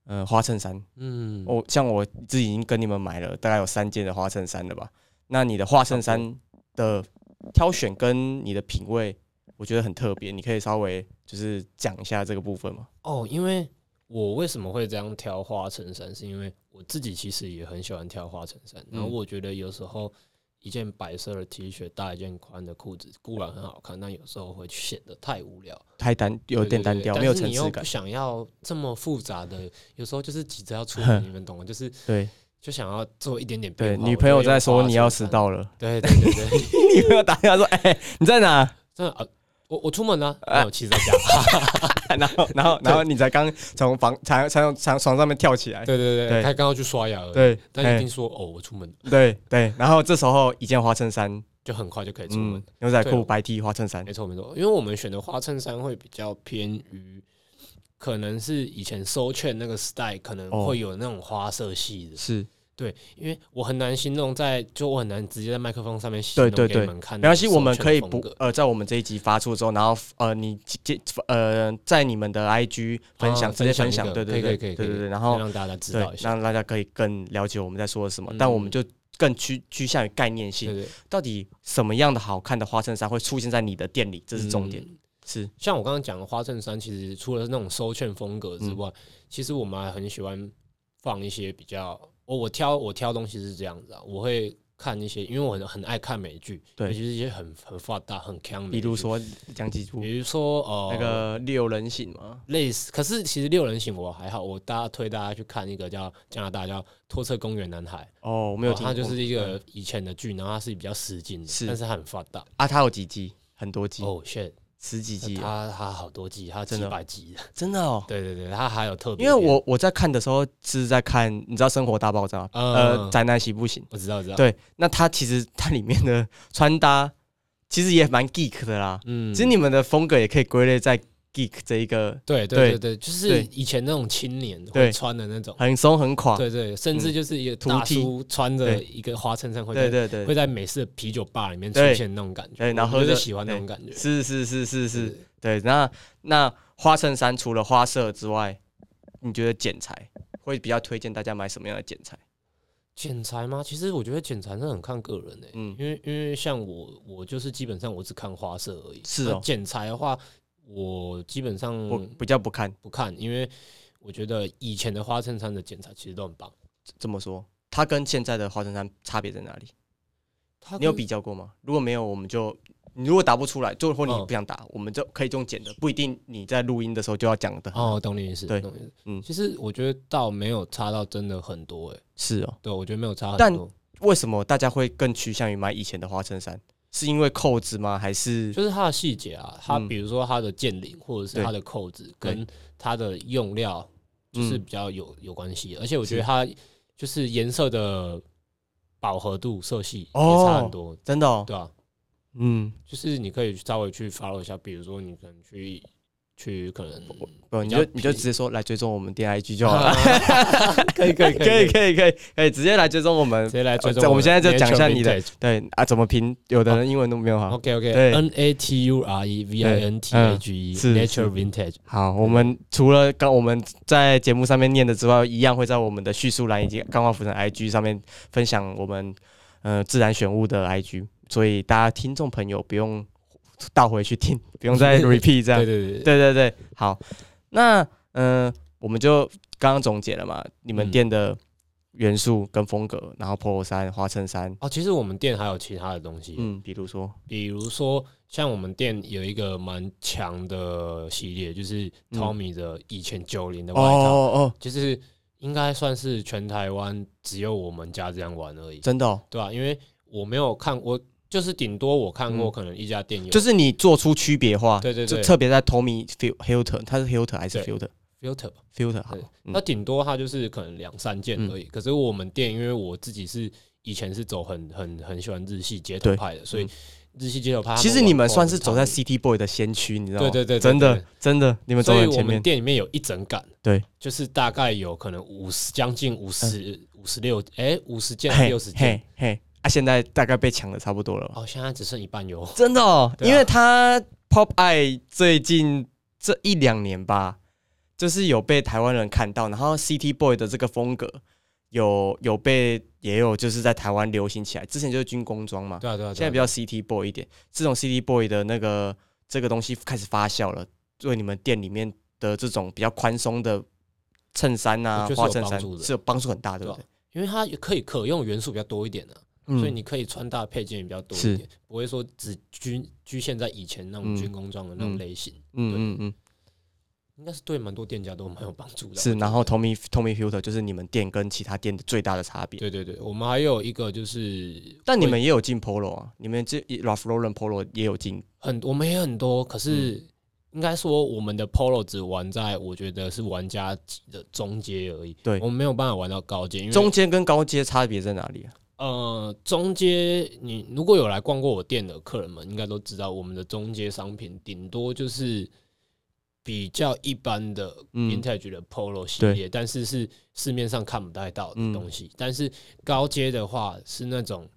Speaker 1: 嗯、呃花衬衫。
Speaker 2: 嗯，
Speaker 1: 我、像我自己已经跟你们买了大概有三件的花衬衫了吧？那你的花衬衫的挑选跟你的品味，我觉得很特别，你可以稍微就是讲一下这个部分吗？
Speaker 2: 哦，因为我为什么会这样挑花衬衫，是因为我自己其实也很喜欢挑花衬衫。然后
Speaker 1: 嗯
Speaker 2: 我觉得有时候一件白色的 T 恤搭一件宽的裤子固然很好看，但有时候会显得太无聊，
Speaker 1: 太单有
Speaker 2: 对
Speaker 1: 点
Speaker 2: 对
Speaker 1: 单
Speaker 2: 对
Speaker 1: 调，
Speaker 2: 但
Speaker 1: 没有
Speaker 2: 是
Speaker 1: 层
Speaker 2: 你又
Speaker 1: 次
Speaker 2: 不
Speaker 1: 感。
Speaker 2: 想要这么复杂的，有时候就是急着 要出门，你们懂吗？就是
Speaker 1: 对
Speaker 2: 就想要做一点点变
Speaker 1: 对，
Speaker 2: 化。
Speaker 1: 女
Speaker 2: 哎我
Speaker 1: 朋
Speaker 2: 就
Speaker 1: 友
Speaker 2: 用
Speaker 1: 在说
Speaker 2: 花
Speaker 1: 你
Speaker 2: 衬
Speaker 1: 要
Speaker 2: 衫
Speaker 1: 迟。到了。
Speaker 2: 对对对对，
Speaker 1: 女朋友打电话说：“哎、你在哪
Speaker 2: 真的啊，我我出门了、啊，没有其实在家。？”
Speaker 1: 然后， 然后，然后你才刚从房床床床床上面跳起来。
Speaker 2: 对对
Speaker 1: 对
Speaker 2: 对，他刚刚去刷牙了，
Speaker 1: 对
Speaker 2: 但一
Speaker 1: 哎
Speaker 2: 定说哦，我出门了
Speaker 1: 对对，然后这时候一件花衬衫，
Speaker 2: 就很快就可以出门
Speaker 1: 嗯。，牛仔
Speaker 2: 对
Speaker 1: 裤、
Speaker 2: 我
Speaker 1: 白 T、花衬衫
Speaker 2: 没，错没错，因为我们选的花衬衫会比较偏于，可能是以前收券那个时代可能
Speaker 1: 哦
Speaker 2: 会有那种花色系的，
Speaker 1: 是
Speaker 2: 对，因为我很难形容在，就我很难直接在麦克风上面形
Speaker 1: 对
Speaker 2: 容
Speaker 1: 对
Speaker 2: 给你们看
Speaker 1: 没
Speaker 2: 那
Speaker 1: 关
Speaker 2: 个
Speaker 1: 系，
Speaker 2: 收券的
Speaker 1: 我
Speaker 2: 风格。
Speaker 1: 们可以不呃，在我们这一集发出之后，然后呃，你接呃在你们的 IG 分享，
Speaker 2: 啊
Speaker 1: 直接分
Speaker 2: 一
Speaker 1: 享，
Speaker 2: 个
Speaker 1: 对
Speaker 2: 可
Speaker 1: 对
Speaker 2: 以可
Speaker 1: 对
Speaker 2: 以可
Speaker 1: 对
Speaker 2: 以
Speaker 1: 对
Speaker 2: 可以
Speaker 1: 对，然
Speaker 2: 可以
Speaker 1: 后
Speaker 2: 让大家知
Speaker 1: 对
Speaker 2: 道一，下。
Speaker 1: 让大家可以更了解我们在说什么。
Speaker 2: 嗯
Speaker 1: 但我们就更趋趋向于概念性，
Speaker 2: 对对，
Speaker 1: 到底什么样的好看的花衬衫会出现在你的店里，这是重点。
Speaker 2: 嗯
Speaker 1: 是，
Speaker 2: 像我刚刚讲的花衬衫，其实除了那种收券风格
Speaker 1: 嗯
Speaker 2: 之外，其实我们还很喜欢放一些比较，我我挑我挑东西是这样子啊，我会看一些，因为我很很爱看美剧，
Speaker 1: 对
Speaker 2: 尤其是一些很很发达、很强，
Speaker 1: 比如，说讲几部
Speaker 2: 比如说呃
Speaker 1: 那个六人行嘛，
Speaker 2: 类似，可是其实六人行我还好，我大家推大家去看一个叫加拿大叫《拖车公园男孩》，
Speaker 1: 哦，我没有
Speaker 2: 哦
Speaker 1: 听
Speaker 2: 他
Speaker 1: 过，嗯
Speaker 2: 就是一个以前的剧，然后他是比较实劲的，
Speaker 1: 是
Speaker 2: 但是他很发达。
Speaker 1: 啊，他有几季，很多季，
Speaker 2: 哦、shit，
Speaker 1: 十几季啊，
Speaker 2: 他他好多集，他
Speaker 1: 真
Speaker 2: 几
Speaker 1: 的
Speaker 2: 百集的。
Speaker 1: 真的哦。
Speaker 2: 对对对，他还有特别
Speaker 1: 因
Speaker 2: 篇，
Speaker 1: 为我我在看的时候是在看，你知道《生活大爆炸》
Speaker 2: 嗯啊
Speaker 1: 呃，宅男行不行？
Speaker 2: 我知道我知道，，
Speaker 1: 对，那它其实它里面的穿搭其实也蛮 geek 的啦。
Speaker 2: 嗯
Speaker 1: 其实你们的风格也可以归类在 geek 这一个
Speaker 2: 对对对对，就是
Speaker 1: 对
Speaker 2: 以前那种青年
Speaker 1: 对
Speaker 2: 会穿的那种，
Speaker 1: 很松很垮。
Speaker 2: 对对，甚至就是一个
Speaker 1: 徒
Speaker 2: 大
Speaker 1: 弟
Speaker 2: 叔穿着
Speaker 1: 对
Speaker 2: 一个花衬衫会
Speaker 1: 对
Speaker 2: 在
Speaker 1: 对对
Speaker 2: 会在美式的啤酒吧里面出
Speaker 1: 对
Speaker 2: 现那种感觉，
Speaker 1: 对然后
Speaker 2: 我就
Speaker 1: 喝着
Speaker 2: 是喜欢那种感觉，
Speaker 1: 是是是是
Speaker 2: 对
Speaker 1: 是，对。那那花衬衫除了花色之外，你觉得剪裁会比较推荐大家买什么样的剪裁？
Speaker 2: 剪裁吗？其实我觉得剪裁真的很看个人诶、
Speaker 1: 嗯
Speaker 2: 因为因为像我，我就是基本上我只看花色而已。
Speaker 1: 是
Speaker 2: 那
Speaker 1: 哦
Speaker 2: 剪裁的话，我基本上
Speaker 1: 我比较不看，
Speaker 2: 不看，因为我觉得以前的花衬衫的剪裁其实都很棒。
Speaker 1: 这么说，它跟现在的花衬衫差别在哪里？
Speaker 2: 它
Speaker 1: 你有
Speaker 2: 跟
Speaker 1: 比较过吗？如果没有，我们就你如果答不出来，就或你
Speaker 2: 嗯
Speaker 1: 不想答，我们就可以用剪的，不一定你在录音的时候就要讲的。
Speaker 2: 哦，懂你意思，
Speaker 1: 对
Speaker 2: 懂你意思。
Speaker 1: 嗯
Speaker 2: 其实我觉得倒没有差到真的很多诶、
Speaker 1: 是哦，
Speaker 2: 对我觉得没有差
Speaker 1: 但
Speaker 2: 很多，
Speaker 1: 为什么大家会更趋向于买以前的花衬衫？是因为扣子吗？还是
Speaker 2: 就是它的细节啊，它
Speaker 1: 嗯
Speaker 2: 比如说它的剑领或者是
Speaker 1: 对
Speaker 2: 它的扣子跟它的用料，就是
Speaker 1: 嗯
Speaker 2: 比较有、有关系的，而且我
Speaker 1: 是
Speaker 2: 觉得它就是颜色的饱和度、色系也
Speaker 1: 哦
Speaker 2: 差很多，
Speaker 1: 真的哦？
Speaker 2: 对啊，
Speaker 1: 嗯，
Speaker 2: 就是你可以稍微去 follow 一下，比如说你可能去去可能
Speaker 1: 不，
Speaker 2: 比
Speaker 1: 你
Speaker 2: 较
Speaker 1: 就你就
Speaker 2: 便宜
Speaker 1: 直接说来追踪我们店 IG 就好了。
Speaker 2: 可以可以
Speaker 1: 可以可以可以可以直接来追踪我们
Speaker 2: 直。接来追
Speaker 1: 这
Speaker 2: 踪。
Speaker 1: 我们现在就讲一下你的对啊，怎么拼？有的人英文都没有好。
Speaker 2: OK OK
Speaker 1: 对
Speaker 2: N A T U R E V I N T A G E
Speaker 1: 嗯是
Speaker 2: Nature
Speaker 1: 是
Speaker 2: Vintage
Speaker 1: 好，我们除了刚我们在节目上面念的之外，一样会在我们的叙述栏以及钢化浮尘 IG 上面分享我们呃自然选物的 IG，所以大家听众朋友不用倒回去听，不用 再 repeat 这样
Speaker 2: 对。对对
Speaker 1: 对对对，好，那嗯、呃我们就刚刚总结了嘛，你们
Speaker 2: 嗯
Speaker 1: 店的元素跟风格，然后 polo 衫、花衬衫，
Speaker 2: 哦，其实我们店还有其他的东西，
Speaker 1: 嗯，比如说，
Speaker 2: 比如说，像我们店有一个蛮强的系列，就是
Speaker 1: 嗯
Speaker 2: Tommy 的以前九零的
Speaker 1: 哦
Speaker 2: 外套，
Speaker 1: 哦，
Speaker 2: 就是应该算是全台湾只有我们家这样玩而已，
Speaker 1: 真的、哦，
Speaker 2: 对啊吧、因为我没有看，我就是顶多我看过，
Speaker 1: 嗯
Speaker 2: 可能一家店有，
Speaker 1: 就是你做出区别化，
Speaker 2: 对对
Speaker 1: 就
Speaker 2: 对
Speaker 1: 特别在 Tommy Fil- Hilton，他是 Hilton 还是
Speaker 2: 对
Speaker 1: Filter
Speaker 2: filter 吧，
Speaker 1: Filter 好
Speaker 2: 对，
Speaker 1: 嗯
Speaker 2: 那顶多它就是可能两三件而已。可是我们店，因为我自己是以前是走很很很喜欢日系街头
Speaker 1: 对
Speaker 2: 派的，所以
Speaker 1: 嗯
Speaker 2: 日系街头派，
Speaker 1: 其实你们算是走在
Speaker 2: 西，
Speaker 1: City Boy 的先驱，你知道吗？
Speaker 2: 对对对对
Speaker 1: 真
Speaker 2: 对
Speaker 1: 的真的，你们走
Speaker 2: 所
Speaker 1: 得
Speaker 2: 以
Speaker 1: 很
Speaker 2: 我
Speaker 1: 前
Speaker 2: 们
Speaker 1: 面，
Speaker 2: 店里面有一整杆。
Speaker 1: 对，
Speaker 2: 就是大概有可能五十，将近五十五十六，哎，五十件
Speaker 1: 嗯嘿
Speaker 2: 六十件，
Speaker 1: 嘿嘿，啊，现在大概被抢的差不多了吧。
Speaker 2: 哦，现在只剩一半有，
Speaker 1: 真的哦，
Speaker 2: 对啊
Speaker 1: 因为他 Pop Eye 最近这一两年吧，就是有被台湾人看到，然后 City Boy 的这个风格有有被也有就是在台湾流行起来，之前就是军工装嘛，
Speaker 2: 对啊对啊，
Speaker 1: 现在比较 City Boy 一点。自从 City Boy 的那个这个东西开始发酵了，对你们店里面的这种比较宽松的衬衫啊
Speaker 2: 我觉得、是有
Speaker 1: 花衬衫
Speaker 2: 帮助的
Speaker 1: 是有帮助很大，对不对？
Speaker 2: 因为它也可以可用元素比较多一点的、
Speaker 1: 嗯
Speaker 2: 啊所以你可以穿搭配件也比较多一点，不会说只局局限在以前那种
Speaker 1: 嗯
Speaker 2: 军工装的那种类型，
Speaker 1: 嗯嗯嗯
Speaker 2: 应该是对蛮多店家都蛮有帮助的。啊
Speaker 1: 是，
Speaker 2: 我觉得
Speaker 1: 然后 Tommy Tommy Hilfiger 就是你们店跟其他店的最大的差别。
Speaker 2: 对对对，我们还有一个就是
Speaker 1: 但你们也有进 Polo 啊，你们这 Ralph Lauren Polo 也有进，
Speaker 2: 很我们也很多，可
Speaker 1: 嗯
Speaker 2: 是应该说我们的 Polo 只玩在我觉得是玩家级的中阶而已，
Speaker 1: 对
Speaker 2: 我们没有办法玩到高阶，因为
Speaker 1: 中间跟高阶差别在哪里 啊？
Speaker 2: 呃，中阶你如果有来逛过我店的客人们，应该都知道我们的中阶商品顶多就是比较一般的
Speaker 1: 嗯
Speaker 2: vintage 的 polo 系列，但是是市面上看不太到的东西。但是高阶的话是那种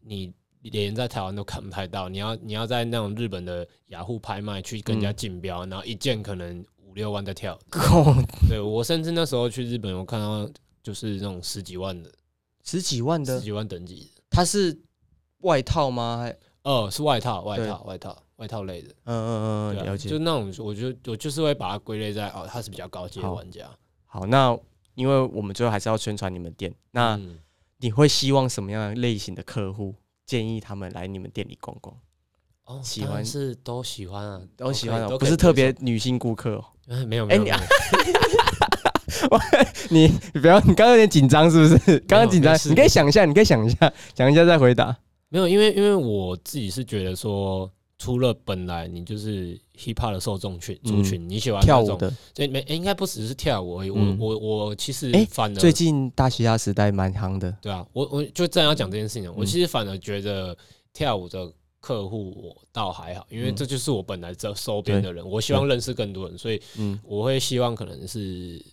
Speaker 2: 你连在台湾都看不太到，你要你要在那种日本的雅虎拍卖去跟人家竞标，然后一件可能五六万在跳。
Speaker 1: 够
Speaker 2: 对我甚至那时候去日本，我看到就是那种十几万的。
Speaker 1: 十几万
Speaker 2: 十
Speaker 1: 的，
Speaker 2: 几万等级的。
Speaker 1: 它是外套吗？还
Speaker 2: 哦，是外套，外
Speaker 1: 对
Speaker 2: 套，外套，外套类的。
Speaker 1: 嗯嗯嗯
Speaker 2: 对
Speaker 1: 嗯，
Speaker 2: 啊
Speaker 1: 了解
Speaker 2: 就。那种，我就我就是会把它归类在哦，他是比较高阶的
Speaker 1: 好
Speaker 2: 玩家。
Speaker 1: 好，那因为我们最后还是要宣传你们店，那
Speaker 2: 嗯
Speaker 1: 你会希望什么样的类型的客户建议他们来你们店里逛逛？
Speaker 2: 哦，
Speaker 1: 喜
Speaker 2: 当然
Speaker 1: 欢
Speaker 2: 是都喜欢啊，
Speaker 1: 都喜欢
Speaker 2: 可以
Speaker 1: 哦，
Speaker 2: 都
Speaker 1: 不
Speaker 2: 可以
Speaker 1: 是特别
Speaker 2: 接
Speaker 1: 女性顾客哦。
Speaker 2: 受。哎 没有，没
Speaker 1: 哎
Speaker 2: 有，
Speaker 1: 你
Speaker 2: 没有
Speaker 1: 你你不要，你刚刚有点紧张是不是？刚刚紧张
Speaker 2: 没，啊事
Speaker 1: 你可以想一下，你可以想一下，想一下再回答。
Speaker 2: 没有，因为因为我自己是觉得说，除了本来你就是 hip hop 的受众群族
Speaker 1: 嗯
Speaker 2: 群，你喜欢
Speaker 1: 跳
Speaker 2: 那
Speaker 1: 舞
Speaker 2: 种，
Speaker 1: 的，
Speaker 2: 对，没、哎应该不只是跳舞而已。
Speaker 1: 嗯
Speaker 2: 我我我其实
Speaker 1: 哎
Speaker 2: 反而、
Speaker 1: 最近大嘻哈时代蛮夯的。
Speaker 2: 对啊，我我就正要讲这件事情啊，我
Speaker 1: 嗯
Speaker 2: 其实反而觉得跳舞的客户我倒还好，因为
Speaker 1: 嗯
Speaker 2: 这就是我本来这周边的人，我希望认识更多人，所以
Speaker 1: 嗯，
Speaker 2: 我会希望可能是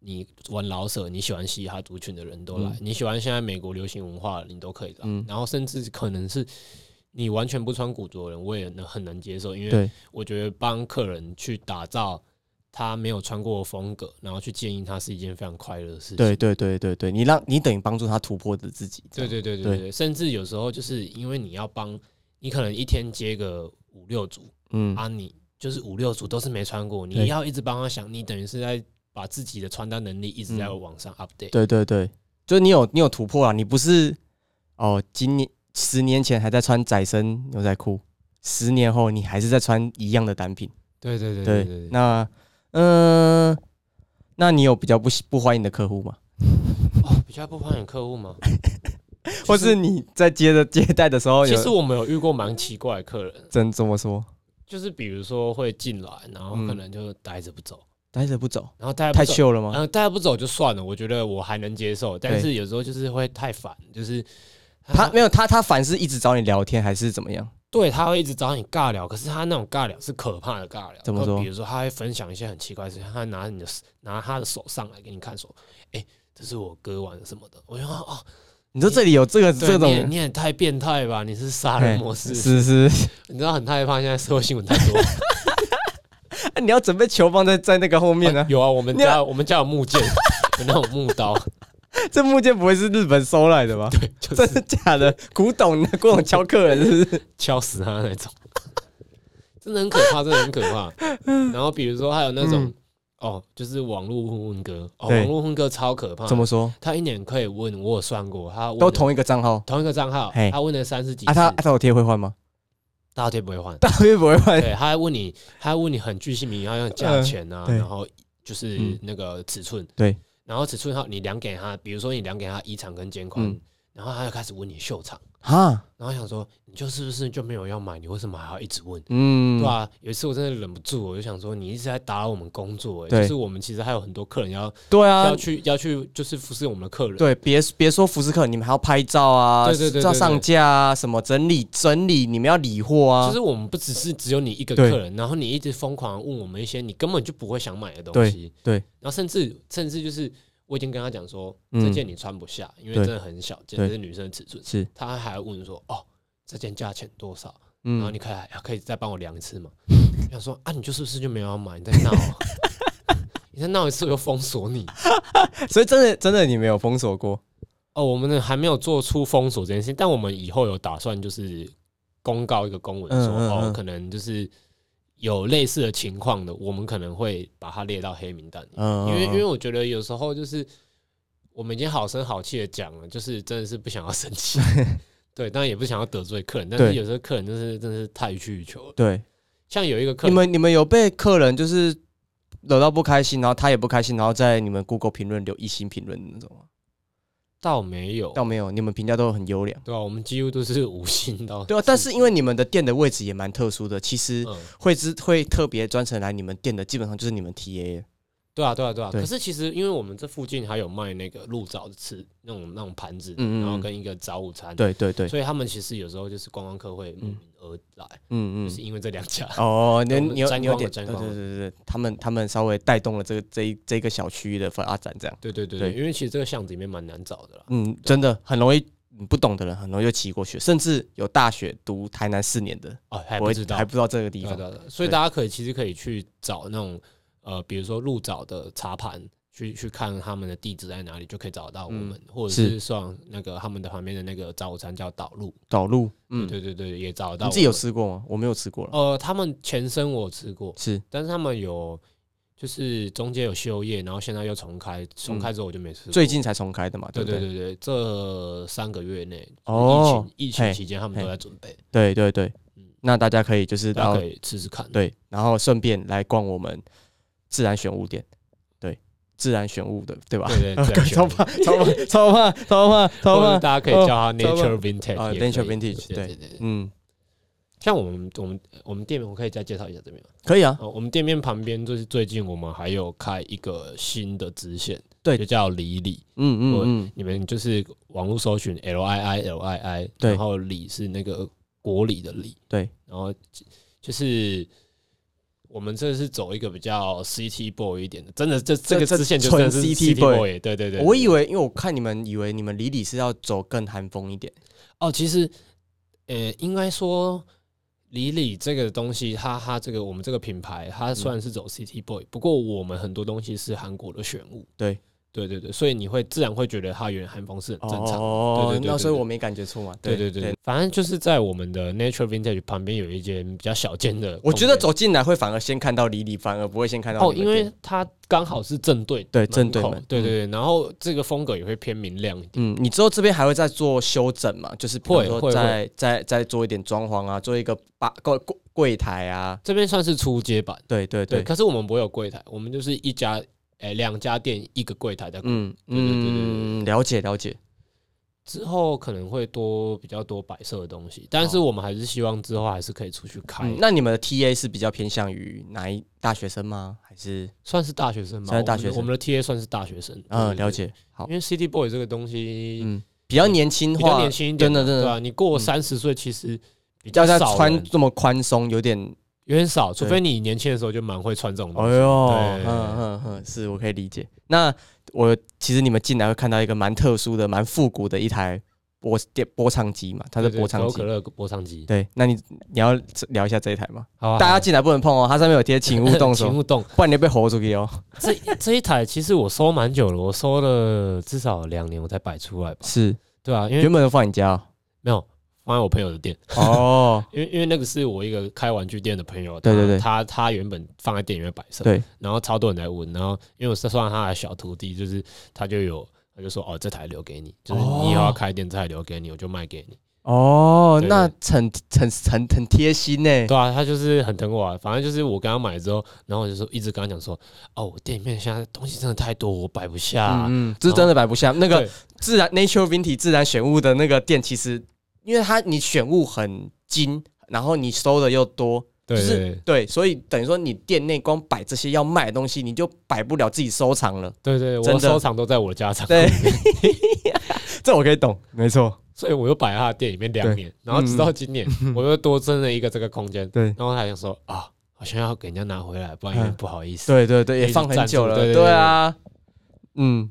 Speaker 2: 你玩老舍，你喜欢嘻哈族群的人都来，
Speaker 1: 嗯
Speaker 2: 你喜欢现在美国流行文化的你都可以来，
Speaker 1: 嗯
Speaker 2: 然后甚至可能是你完全不穿古着的人，我也能很能接受，因为
Speaker 1: 对，
Speaker 2: 我觉得帮客人去打造他没有穿过的风格，然后去建议他是一件非常快乐的事情。
Speaker 1: 对对对对对，你让你等于帮助他突破的自己。这
Speaker 2: 对
Speaker 1: 样
Speaker 2: 对对对
Speaker 1: 对
Speaker 2: 对对，甚至有时候就是因为你要帮，你可能一天接个五六组
Speaker 1: 嗯，
Speaker 2: 啊，你就是五六组都是没穿过，
Speaker 1: 对
Speaker 2: 你要一直帮他想，你等于是在把自己的穿搭能力一直在
Speaker 1: 嗯
Speaker 2: 往上 update。
Speaker 1: 对对对，就是你有你有突破了，啊你不是哦，今年十年前还在穿窄身牛仔裤，十年后你还是在穿一样的单品。
Speaker 2: 对对对对对对，
Speaker 1: 那嗯、呃那你有比较不喜不欢迎的客户吗？
Speaker 2: 哦，比较不欢迎客户吗？
Speaker 1: 或是你在接着接待的时候
Speaker 2: 其
Speaker 1: 有，
Speaker 2: 实我们有遇过蛮奇怪的客人，
Speaker 1: 怎怎么说，
Speaker 2: 就是比如说会进来，然后
Speaker 1: 嗯
Speaker 2: 可能就待着不走，
Speaker 1: 待着不走，
Speaker 2: 然后待着
Speaker 1: 太
Speaker 2: 不走，
Speaker 1: 秀了吗？
Speaker 2: 然后待着不走就算了，我觉得我还能接受，但
Speaker 1: 对
Speaker 2: 是有时候就是会太烦，就是
Speaker 1: 他没有他他反是一直找你聊天还是怎么样？
Speaker 2: 对，他会一直找你尬聊，可是他那种尬聊是可怕的尬聊。
Speaker 1: 怎么说
Speaker 2: 就比如说，他会分享一些很奇怪的事情，他会拿你的拿他的手上来给你看，说：“哎、这是我割完什么的。”我就说：“哦，
Speaker 1: 你说这里有这个
Speaker 2: 对
Speaker 1: 这
Speaker 2: 你也
Speaker 1: 种哎
Speaker 2: 你也太变态吧？你是杀人魔是不
Speaker 1: 是
Speaker 2: 是？
Speaker 1: 是，是
Speaker 2: 你知道很害怕现在社会新闻太多。
Speaker 1: 你要准备球放在在那个后面呢、
Speaker 2: 有啊，我们
Speaker 1: 你
Speaker 2: 家我们家有木剑，有那种木刀，
Speaker 1: 这木剑不会是日本收来的吧？
Speaker 2: 对，就
Speaker 1: 真
Speaker 2: 是
Speaker 1: 的假的？古董 那古董敲客人是 不是？
Speaker 2: 敲死他那种，真的很可怕，真的很可怕。然后比如说还有那种、
Speaker 1: 嗯
Speaker 2: 哦，就是网络混混哥，哦，
Speaker 1: 对
Speaker 2: 网络混哥超可怕。
Speaker 1: 怎么说？
Speaker 2: 他一年可以问，我有算过，他问 了
Speaker 1: 都同一个账号
Speaker 2: 同一个账号
Speaker 1: 嘿，
Speaker 2: 他问了三十几次，
Speaker 1: 啊？他啊他有贴会换吗？ ，
Speaker 2: 大贴不会换
Speaker 1: 大约不会换。
Speaker 2: 对，他还问你，他还问你很具体名，要用价钱啊，
Speaker 1: 嗯呃对
Speaker 2: 然后就是
Speaker 1: 嗯
Speaker 2: 那个尺寸，
Speaker 1: 对，
Speaker 2: 然后尺寸号你量给他，比如说你量给他衣长跟肩宽
Speaker 1: 嗯，
Speaker 2: 然后他就开始问你袖长，
Speaker 1: 哈，
Speaker 2: 然后想说你就是不是就没有要买，你为什么还要一直问？
Speaker 1: 嗯，
Speaker 2: 对啊吧？有一次我真的忍不住，我就想说，你一直在打扰我们工作、欸，
Speaker 1: 对
Speaker 2: 就是我们其实还有很多客人要、
Speaker 1: 对啊
Speaker 2: 要，去要去，就是服侍我们的客人。
Speaker 1: 对，别别说福斯克，你们还要拍照啊，
Speaker 2: 对对对对
Speaker 1: 要上架啊，什么整理整理，你们要理货啊，
Speaker 2: 就是我们不只是只有你一个
Speaker 1: 对
Speaker 2: 客人，然后你一直疯狂地问我们一些你根本就不会想买的东西，
Speaker 1: 对对
Speaker 2: 然后甚至甚至就是我已经跟他讲说、
Speaker 1: 嗯
Speaker 2: 这件你穿不下，因为
Speaker 1: 对
Speaker 2: 真的很小件，
Speaker 1: 对
Speaker 2: 这是女生的尺寸，
Speaker 1: 是，
Speaker 2: 他还问说哦这件价钱多少，然后
Speaker 1: 嗯，
Speaker 2: 你可以可以再帮我量一次吗？ 我想说啊你就是不是就没有要买，你在闹啊、 你再闹一次我就封锁你嗯
Speaker 1: 所以真的真的你没有封锁过，
Speaker 2: 哦！我们还没有做出封锁这件事情，但我们以后有打算就是公告一个公文
Speaker 1: 嗯
Speaker 2: 说，
Speaker 1: 嗯
Speaker 2: 哦
Speaker 1: 嗯，
Speaker 2: 可能就是有类似的情况的，我们可能会把它列到黑名单里。
Speaker 1: 嗯，
Speaker 2: 因为因为
Speaker 1: 嗯
Speaker 2: 我觉得有时候就是我们已经好声好气的讲了，就是真的是不想要生 气，对，当然也不想要得罪客人，但是
Speaker 1: 对
Speaker 2: 有时候客人就是真的是太予取予求了。
Speaker 1: 对，
Speaker 2: 像有一个客
Speaker 1: 你
Speaker 2: 人，
Speaker 1: 们你们有被客人就是惹到不开心，然后他也不开心，然后在你们 Google 评论留一星评论的那种吗？
Speaker 2: 倒没有，
Speaker 1: 倒没有，你们评价都很优良。
Speaker 2: 对啊，我们几乎都是无心到
Speaker 1: 对啊，但是因为你们的店的位置也蛮特殊的，其实
Speaker 2: 嗯
Speaker 1: 会知会特别专程来你们店的，基本上就是你们 TA 了。
Speaker 2: 对啊，对啊，对啊。
Speaker 1: 对
Speaker 2: 可是其实，因为我们这附近还有卖那个鹿枣的吃那种那种盘子，
Speaker 1: 嗯嗯嗯
Speaker 2: 然后跟一个早午餐，
Speaker 1: 对对对，
Speaker 2: 所以他们其实有时候就是观光客会慕名而来，
Speaker 1: 嗯
Speaker 2: 就是因为这两家。
Speaker 1: 哦，你
Speaker 2: 对我
Speaker 1: 你
Speaker 2: 们
Speaker 1: 有
Speaker 2: 沾
Speaker 1: 你有
Speaker 2: 光
Speaker 1: 点
Speaker 2: 了
Speaker 1: 对
Speaker 2: 沾
Speaker 1: 对
Speaker 2: 光
Speaker 1: 对
Speaker 2: 了
Speaker 1: 对，对他们他们稍微带动了这个这一这个小区域的发展，这样，
Speaker 2: 对对对对，
Speaker 1: 对
Speaker 2: 因为其实这个巷子里面蛮难找的啦。
Speaker 1: 嗯，真的很容易，你不懂的人很容易就骑过去，甚至有大学读台南四年的，
Speaker 2: 哦，还
Speaker 1: 我
Speaker 2: 不知道
Speaker 1: 还，不知道这个地
Speaker 2: 对啊
Speaker 1: 方
Speaker 2: 对，啊对啊所以大家可以其实可以去找那种呃，比如说鹿枣的茶盘去去看他们的地址在哪里，就可以找到我们，或者
Speaker 1: 是
Speaker 2: 是上那个他们的旁边的那个早餐叫岛路，
Speaker 1: 导入，嗯，
Speaker 2: 对对对，也找到。
Speaker 1: 你自己有？吃过吗？我没有吃过了，
Speaker 2: 呃，他们前身我有吃过，
Speaker 1: 是
Speaker 2: 但是他们有就是中间有休业，然后现在又重开，重开之后我就没吃过。
Speaker 1: 最近才重开的嘛，
Speaker 2: 对
Speaker 1: 对不
Speaker 2: 对
Speaker 1: 对
Speaker 2: 对对，这三个月内，
Speaker 1: 哦
Speaker 2: 疫情疫
Speaker 1: 嘿
Speaker 2: 情期间他们
Speaker 1: 嘿
Speaker 2: 都在准备，
Speaker 1: 对对对
Speaker 2: 嗯，
Speaker 1: 那大家可以就是
Speaker 2: 大
Speaker 1: 到
Speaker 2: 家可以试试看。
Speaker 1: 对，然后顺便来逛我们自然选物店，对，自然选物的，对吧？
Speaker 2: 对对 对，
Speaker 1: 干
Speaker 2: 自
Speaker 1: 超
Speaker 2: 然
Speaker 1: 怕，
Speaker 2: 选
Speaker 1: 超怕，超怕，超怕，超
Speaker 2: 或者
Speaker 1: 怕。
Speaker 2: 大家可以
Speaker 1: 哦超
Speaker 2: 叫它
Speaker 1: 棒
Speaker 2: Nature Vintage，
Speaker 1: 啊
Speaker 2: 也可以
Speaker 1: Nature Vintage，
Speaker 2: 对
Speaker 1: 对
Speaker 2: 对对对。
Speaker 1: 嗯，
Speaker 2: 像我们我们我们店面，我可以再介绍一下这边吗？
Speaker 1: 可以啊，
Speaker 2: 哦，我们店面旁边就是最近我们还有开一个新的支线，
Speaker 1: 对
Speaker 2: 就叫里里。
Speaker 1: 嗯嗯嗯，
Speaker 2: 你们就是网络搜寻 L I I L I I，
Speaker 1: 对
Speaker 2: 然后里是那个国礼的礼，
Speaker 1: 对，
Speaker 2: 然后就是。我们这是走一个比较 CT boy 一点的，真的这这个
Speaker 1: 这
Speaker 2: 支线就真
Speaker 1: 纯
Speaker 2: 的是
Speaker 1: CT
Speaker 2: CT
Speaker 1: boy
Speaker 2: boy，对对对。
Speaker 1: 我以为，因为我看你们以为你们李李是要走更韩风一点，
Speaker 2: 哦，其实，呃，应该说，李李这个东西，它它这个我们这个品牌，它虽然是
Speaker 1: 嗯
Speaker 2: 走 City Boy，、不过我们很多东西是韩国的选物。
Speaker 1: 对，
Speaker 2: 对对对，所以你会自然会觉得它有点韩风是很正常的。
Speaker 1: 哦
Speaker 2: 对对对对
Speaker 1: 那
Speaker 2: 对
Speaker 1: 所以我没感觉错嘛，
Speaker 2: 对
Speaker 1: 对
Speaker 2: 对对，对反正就是在我们的 Nature Vintage 旁边有一间比较小间的空间，
Speaker 1: 我觉得走进来会反而先看到李李，反而不会先看到
Speaker 2: 哦，
Speaker 1: 你们
Speaker 2: 因为
Speaker 1: 店
Speaker 2: 它刚好是正对
Speaker 1: 对
Speaker 2: 门
Speaker 1: 正对
Speaker 2: 口
Speaker 1: 门
Speaker 2: 对对对，然后这个风格也会偏明亮一点。
Speaker 1: 嗯，你之后这边还会再做修整嘛？就是比如
Speaker 2: 会
Speaker 1: 说
Speaker 2: 会
Speaker 1: 再再再做一点装潢啊，做一个吧柜柜柜台啊，
Speaker 2: 这边算是初阶版，
Speaker 1: 对对
Speaker 2: 对，
Speaker 1: 对，
Speaker 2: 可是我们不会有柜台，我们就是一家，哎、两家店一个柜台在
Speaker 1: 嗯
Speaker 2: 对对对对对
Speaker 1: 嗯，了解了解，
Speaker 2: 之后可能会多比较多摆设的东西，但是我们还是希望之后还是可以出去开，
Speaker 1: 哦嗯，那你们的 TA 是比较偏向于哪一大学生吗？还是
Speaker 2: 算是大学生吗？
Speaker 1: 算是大学生
Speaker 2: 我们的我们的 TA 算是大学生，
Speaker 1: 嗯，
Speaker 2: 呃对
Speaker 1: 了，解，好
Speaker 2: 对对，因为 City Boy 这个东西
Speaker 1: 嗯，比较年轻
Speaker 2: 比较
Speaker 1: 化，
Speaker 2: 年轻一点嘛，
Speaker 1: 真的真的
Speaker 2: 对啊，你过三十岁其实比较
Speaker 1: 要他
Speaker 2: 少
Speaker 1: 穿
Speaker 2: 人，
Speaker 1: 这么宽松，有点，
Speaker 2: 有点少，
Speaker 1: 对
Speaker 2: 除非你年轻的时候就蛮会穿这种东
Speaker 1: 哎
Speaker 2: 西。
Speaker 1: 呦，嗯
Speaker 2: 对
Speaker 1: 嗯嗯，是我可以理解。那我其实你们进来会看到一个蛮特殊的、蛮复古的一台播电播唱机嘛，它是
Speaker 2: 对对
Speaker 1: 播唱
Speaker 2: 可口
Speaker 1: 机
Speaker 2: 可。乐播唱机，
Speaker 1: 对，那你你要聊一下这一台吗？
Speaker 2: 好啊，
Speaker 1: 大
Speaker 2: 好
Speaker 1: 家
Speaker 2: 啊
Speaker 1: 进来不能碰哦，它上面有 贴“请勿动
Speaker 2: 请
Speaker 1: 手
Speaker 2: 勿动”，。
Speaker 1: 不然你会被吼出去 哦。
Speaker 2: 这这一台其实我收蛮久了，我收了至少两年我才摆出来吧，
Speaker 1: 是，
Speaker 2: 对啊，因为
Speaker 1: 原本都放你家哦
Speaker 2: 没有放在我朋友的店。
Speaker 1: 哦，
Speaker 2: 因为因为那个是我一个开玩具店的朋友，
Speaker 1: 对对对
Speaker 2: 他他他原本放在店里面摆设，
Speaker 1: 对，
Speaker 2: 然后超多人来问，然后因为我是算他的小徒弟，就是他就有他就说哦，这台留给你，就是你以后要开店，这台留给你，我就卖给你。
Speaker 1: 哦，
Speaker 2: 对
Speaker 1: 那很很很很贴心呢。
Speaker 2: 对啊，他就是很疼我、啊，反正就是我跟他买之后，然后我就说一直跟他讲说，哦，我店里面现在东西真的太多，我摆不下、
Speaker 1: 嗯嗯，这真的摆不下。那个
Speaker 2: 对
Speaker 1: 自然 Nature Vintage 自然选物的那个店，其实因为它你选物很精，然后你收的又多，
Speaker 2: 对
Speaker 1: 就
Speaker 2: 对
Speaker 1: 是
Speaker 2: 对
Speaker 1: 对，所以等于说你店内光摆这些要卖的东西，你就摆不了自己收藏了。
Speaker 2: 对对，
Speaker 1: 真
Speaker 2: 我
Speaker 1: 的
Speaker 2: 收藏都在我的家 藏，
Speaker 1: 对，这我可以懂，没错，
Speaker 2: 所以我又摆在他的店里面两
Speaker 1: 对
Speaker 2: 年，然后直到今年，我又多增了一个这个空间，
Speaker 1: 对。
Speaker 2: 然后他想说啊，好像要给人家拿回来，不然有点不好意思。
Speaker 1: 对对对，也
Speaker 2: 一直
Speaker 1: 放很
Speaker 2: 站
Speaker 1: 久
Speaker 2: 住
Speaker 1: 了，
Speaker 2: 对对
Speaker 1: 对啊，嗯，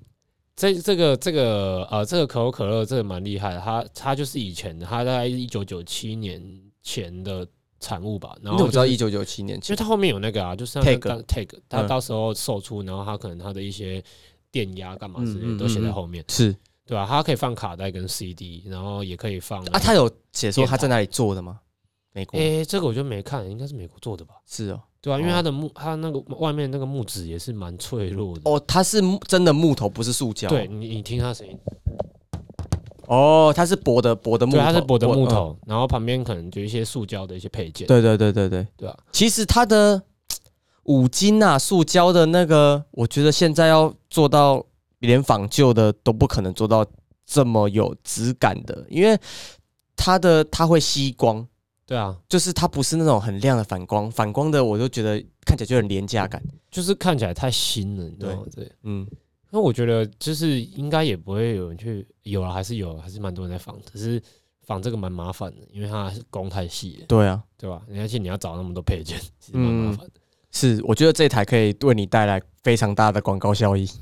Speaker 2: 这这个这个呃，这个可口可乐这个蛮厉害的，它它就是以前的，它大概一九九七年前的产物吧。然
Speaker 1: 你
Speaker 2: 后、
Speaker 1: 怎么知道一
Speaker 2: 一？
Speaker 1: 九九七年
Speaker 2: 其实
Speaker 1: 前？
Speaker 2: 它后面有那个啊，就是
Speaker 1: Tag
Speaker 2: tag，它
Speaker 1: 嗯
Speaker 2: 到时候售出，然后它可能它的一些电压干嘛之类
Speaker 1: 嗯嗯
Speaker 2: 的都写
Speaker 1: 嗯
Speaker 2: 在
Speaker 1: 嗯
Speaker 2: 后面，
Speaker 1: 是
Speaker 2: 对吧、它可以放卡带跟 CD，然后也可以放哦
Speaker 1: 啊，他有写说他在哪里做的吗？美国
Speaker 2: 诶、这个我就没看，应该是美国做的吧？
Speaker 1: 是哦，
Speaker 2: 对啊，因为
Speaker 1: 哦
Speaker 2: 它的木，它那个外面那个木质也是蛮脆弱的。
Speaker 1: 哦，它是木真的木头，不是塑胶。
Speaker 2: 对，你，你听它声音，
Speaker 1: 哦，它是薄的薄的木头，
Speaker 2: 对，它是薄的木
Speaker 1: 嗯。
Speaker 2: 头，然后旁边可能就一些塑胶的一些配件，
Speaker 1: 对对对对对，
Speaker 2: 对啊，
Speaker 1: 其实它的嘖五金啊，塑胶的那个，我觉得现在要做到连仿旧的都不可能做到这么有质感的，因为它的它会吸光，
Speaker 2: 对啊，
Speaker 1: 就是它不是那种很亮的反光，反光的我就觉得看起来就很廉价感。
Speaker 2: 就是看起来太新了，你知道吗？对，
Speaker 1: 嗯，
Speaker 2: 那我觉得就是应该也不会有人去，有啊了还是有，还是蛮多人在仿，只是仿这个蛮麻烦的，因为它工太细了，
Speaker 1: 对啊，
Speaker 2: 对吧？而且你要找那么多配件，其实蛮麻烦的。
Speaker 1: 是，我觉得这台可以为你带来非常大的广告效益，嗯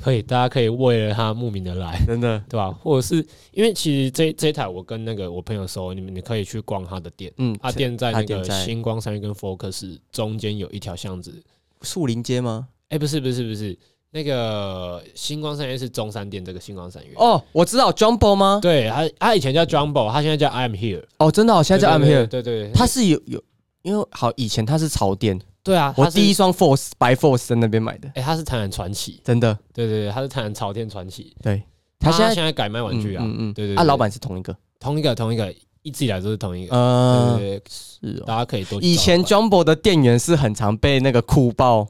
Speaker 2: 可以，大家可以为了它慕名而来，
Speaker 1: 真的。
Speaker 2: 对吧？或者是因为其实这这一台我跟那个我朋友收，你们你可以去逛他的店，
Speaker 1: 嗯，
Speaker 2: 他店在
Speaker 1: 它
Speaker 2: 那个
Speaker 1: 店在
Speaker 2: 星光三月跟 Focus 中间有一条巷子，
Speaker 1: 树林街吗？
Speaker 2: 哎、不是不是不是，那个星光三月是中山店这个星光三月。
Speaker 1: 哦，我知道 Jumbo 吗？
Speaker 2: 对他，他以前叫 Jumbo，他现在叫 I'm Here。
Speaker 1: 哦，真的、哦，现在叫 I'm Here。
Speaker 2: 对对对，
Speaker 1: 它是有有，因为好以前它是潮店，
Speaker 2: 对啊，
Speaker 1: 我
Speaker 2: 他是
Speaker 1: 第一，双 Force 白 Force 在那边买的，
Speaker 2: 哎，他是台南传奇，
Speaker 1: 真的。
Speaker 2: 对对对，他是台南朝天传奇，
Speaker 1: 对，
Speaker 2: 他
Speaker 1: 现在
Speaker 2: 现在改卖玩具啊，
Speaker 1: 嗯嗯
Speaker 2: 对对
Speaker 1: 啊，
Speaker 2: 对
Speaker 1: 老板是同一个，
Speaker 2: 同一个同一个，一直以来都是同一个，
Speaker 1: 呃，
Speaker 2: 对对对，
Speaker 1: 是哦。
Speaker 2: 大家可以多去
Speaker 1: 以前
Speaker 2: 找找
Speaker 1: Jumbo 的店员是很常被那个酷豹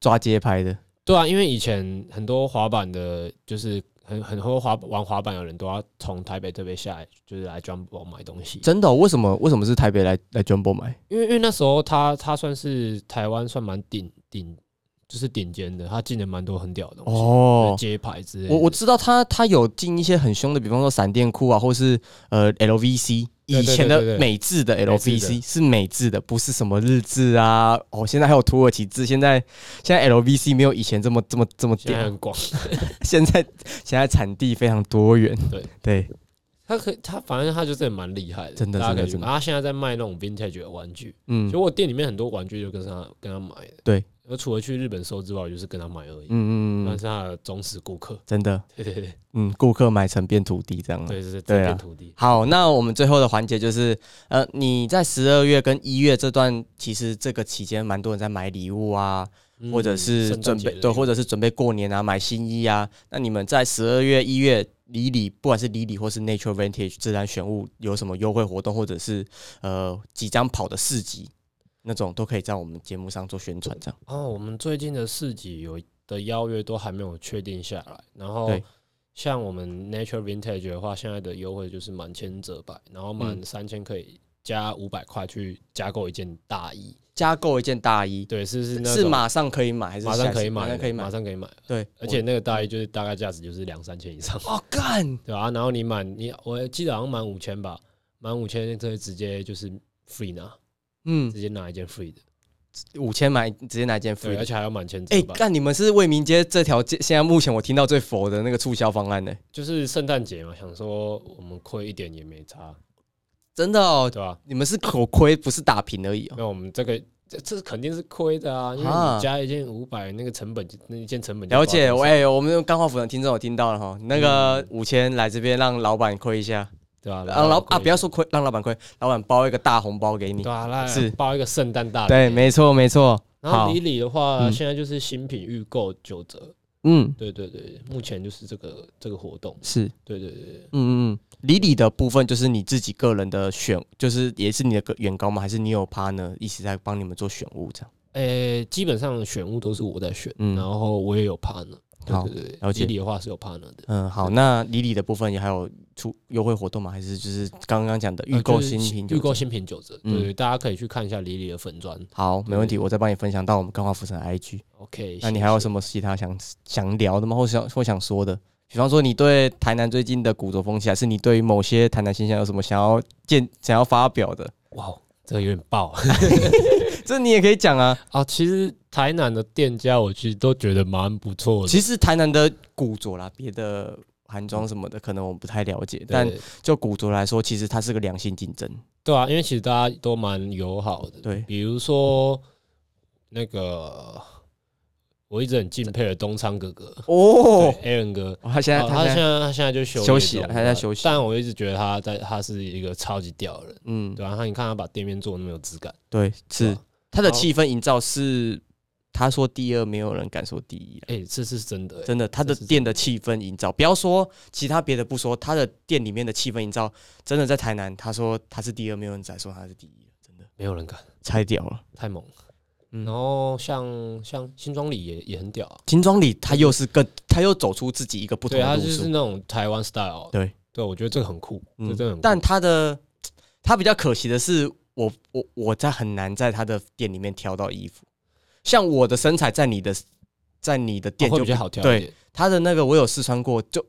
Speaker 1: 抓街拍的，
Speaker 2: 对啊，因为以前很多滑板的，就是很很多滑玩滑板的人都要从台北特别下来，就是来 Jumbo 买东西，
Speaker 1: 真的哦、为什么？为什么是台北来来 Jumbo 买？
Speaker 2: 因为因为那时候他他算是台湾算蛮顶顶，就是顶尖的，他进了蛮多很屌的东西，
Speaker 1: 哦
Speaker 2: 对，街牌之类的，
Speaker 1: 我我知道他他有进一些很凶的，比方说闪电裤啊，或是呃 LVC。
Speaker 2: 对对
Speaker 1: 以
Speaker 2: 对
Speaker 1: 前
Speaker 2: 对
Speaker 1: 的
Speaker 2: 对
Speaker 1: 美制的
Speaker 2: 美制的
Speaker 1: LVC 是美制的，不是什么日制啊。哦，现在还有土耳其制，现在现在 LVC 没有以前这么这么这么
Speaker 2: 现在
Speaker 1: 屌。
Speaker 2: 很广，
Speaker 1: 现在现在产地非常多元。
Speaker 2: 对
Speaker 1: 对，
Speaker 2: 他可他反正他就真的蛮厉害的，
Speaker 1: 真的
Speaker 2: 大家可以去
Speaker 1: 真的真的
Speaker 2: 买他现在在卖那种 vintage 的玩具，
Speaker 1: 嗯
Speaker 2: 其实我店里面很多玩具就跟他跟他买的，
Speaker 1: 对，
Speaker 2: 我除了去日本收之外，我就是跟他买而已，
Speaker 1: 嗯嗯
Speaker 2: 他
Speaker 1: 嗯，
Speaker 2: 是他的忠实顾客，
Speaker 1: 真的，
Speaker 2: 对对对
Speaker 1: 嗯，顾客买成变土地这样啊。
Speaker 2: 对，就是这
Speaker 1: 对啊
Speaker 2: 片土地，
Speaker 1: 好，那我们最后的环节就是，呃，你在十二月跟一月这段，其实这个期间蛮多人在买礼物啊，
Speaker 2: 嗯
Speaker 1: 或者是
Speaker 2: 圣诞
Speaker 1: 准
Speaker 2: 节
Speaker 1: 备
Speaker 2: 的
Speaker 1: 对，
Speaker 2: 礼物
Speaker 1: 或者是准备过年啊，买新衣啊。那你们在十二月、一月里里，不管是里里或是 Nature Vintage 自然选物，有什么优惠活动，或者是呃即将跑的市集那种，都可以在我们节目上做宣传，这样。
Speaker 2: 哦，我们最近的市集有的邀约都还没有确定下来，然后
Speaker 1: 对
Speaker 2: 像我们 Nature Vintage 的话，现在的优惠就是满千折百，然后满
Speaker 1: 嗯
Speaker 2: 三千可以加五百块去加购一件大衣，
Speaker 1: 加购一件大衣，
Speaker 2: 对，是是那
Speaker 1: 是
Speaker 2: 种
Speaker 1: 马上可以买还是
Speaker 2: 马上可以买
Speaker 1: 马
Speaker 2: 的，
Speaker 1: 上可以买
Speaker 2: 马，上可以买，
Speaker 1: 对，
Speaker 2: 而且那个大衣就是大概价值就是两三千以上，
Speaker 1: 哦干，
Speaker 2: 对啊，然后你满你我记得好像满五千吧，满五千可以直接就是 free 拿，
Speaker 1: 嗯，
Speaker 2: 直接拿一件 free 的，
Speaker 1: 五千买直接拿一件 free
Speaker 2: 对，而且还要满千
Speaker 1: 哎、
Speaker 2: 折百，
Speaker 1: 干你们是为民街这条街，现在目前我听到最佛的那个促销方案呢、
Speaker 2: 就是圣诞节嘛，想说我们亏一点也没差，
Speaker 1: 真的哦，
Speaker 2: 对吧、
Speaker 1: 你们是口亏，不是打平而已哦。
Speaker 2: 那我们这个这这肯定是亏的啊，因为
Speaker 1: 啊
Speaker 2: 你加一件五百，那个成本就那一件成本就
Speaker 1: 了解，
Speaker 2: 不知道多少
Speaker 1: 喂，我们钢化服的听众我听到了哈，那个五千来这边让老板亏一下，
Speaker 2: 对吧、
Speaker 1: 让老啊不
Speaker 2: 要
Speaker 1: 要说亏，让老板亏，老板包一个大红包给你
Speaker 2: 对。啊，来
Speaker 1: 是
Speaker 2: 包一个圣诞大礼
Speaker 1: 对，没错没错。
Speaker 2: 然后
Speaker 1: 好
Speaker 2: 李，李的话，
Speaker 1: 嗯
Speaker 2: 现在就是新品预购九折，
Speaker 1: 嗯，
Speaker 2: 对对对，目前就是这个这个活动，
Speaker 1: 是，
Speaker 2: 对对对对，
Speaker 1: 嗯嗯嗯。李李的部分就是你自己个人的选，就是也是你的个远高吗？还是你有 partner 一起在帮你们做选物这样？
Speaker 2: 诶，基本上选物都是我在选，
Speaker 1: 嗯
Speaker 2: 然后我也有 partner，
Speaker 1: 好
Speaker 2: 对对
Speaker 1: 了
Speaker 2: 对，
Speaker 1: 解
Speaker 2: 李李的话是有 partner 的。
Speaker 1: 嗯，好，那李李的部分也还有出优惠活动吗？还是就是刚刚讲的预
Speaker 2: 呃
Speaker 1: 购
Speaker 2: 就是
Speaker 1: 新品九折？
Speaker 2: 预购新品九折，
Speaker 1: 嗯
Speaker 2: 对，对大家可以去看一下李李的粉砖。
Speaker 1: 好，没问题，我再帮你分享到我们钢化浮城的 IG。
Speaker 2: OK，
Speaker 1: 那你还有
Speaker 2: 谢
Speaker 1: 什么其他想想聊的吗？或想或想说的？比方说你对台南最近的古着风气，还是你对于某些台南现象有什么想要见、想要发表的？
Speaker 2: 谢哇哦，这个有点爆，
Speaker 1: 这你也可以讲啊。
Speaker 2: 啊，其实台南的店家，我其实都觉得蛮不错的。
Speaker 1: 其实台南的古着啦，别的韩装什么的，可能我们不太了解，
Speaker 2: 对
Speaker 1: 但就古着来说，其实它是个良性竞争。
Speaker 2: 对啊，因为其实大家都蛮友好的。
Speaker 1: 对，
Speaker 2: 比如说那个，我一直很敬佩的东昌哥哥，
Speaker 1: 哦
Speaker 2: 哦，，Aaron 哥，
Speaker 1: 他现在
Speaker 2: 哦他
Speaker 1: 在
Speaker 2: 现在他现在就休
Speaker 1: 休息
Speaker 2: 业
Speaker 1: 了
Speaker 2: 中
Speaker 1: 他在休息
Speaker 2: 但我一直觉得他在他是一个超级屌的人，
Speaker 1: 嗯，
Speaker 2: 对啊，他你看他把店面做得那么有质感，
Speaker 1: 对，
Speaker 2: 对
Speaker 1: 是
Speaker 2: 吧
Speaker 1: 他的
Speaker 2: 好
Speaker 1: 气氛营造是，他说第二，没有人敢说第一啊、
Speaker 2: 哎，这是真的，哎
Speaker 1: 真的，他的
Speaker 2: 这是
Speaker 1: 店的气氛营造，不要说其他别的不说，他的店里面的气氛营造，真的在台南，他说他是第二，没有人敢说他是第一了，真的
Speaker 2: 没有人敢，
Speaker 1: 拆掉了。
Speaker 2: 太猛了。
Speaker 1: 嗯
Speaker 2: 然后像像新庄里也也很屌啊，
Speaker 1: 金庄里他又是更，他又走出自己一个不同
Speaker 2: 对，
Speaker 1: 的
Speaker 2: 他
Speaker 1: 路
Speaker 2: 就是
Speaker 1: 数，
Speaker 2: 那种台湾 style。
Speaker 1: 对，嗯
Speaker 2: 对，我觉得这个很酷，这真的很酷。哦
Speaker 1: 但他的他比较可惜的是，我我我在很难在他的店里面挑到衣服，像我的身材在你的在你的店
Speaker 2: 哦会
Speaker 1: 就
Speaker 2: 比
Speaker 1: 不
Speaker 2: 较好挑一
Speaker 1: 对
Speaker 2: 点，
Speaker 1: 他的那个我有试穿过，就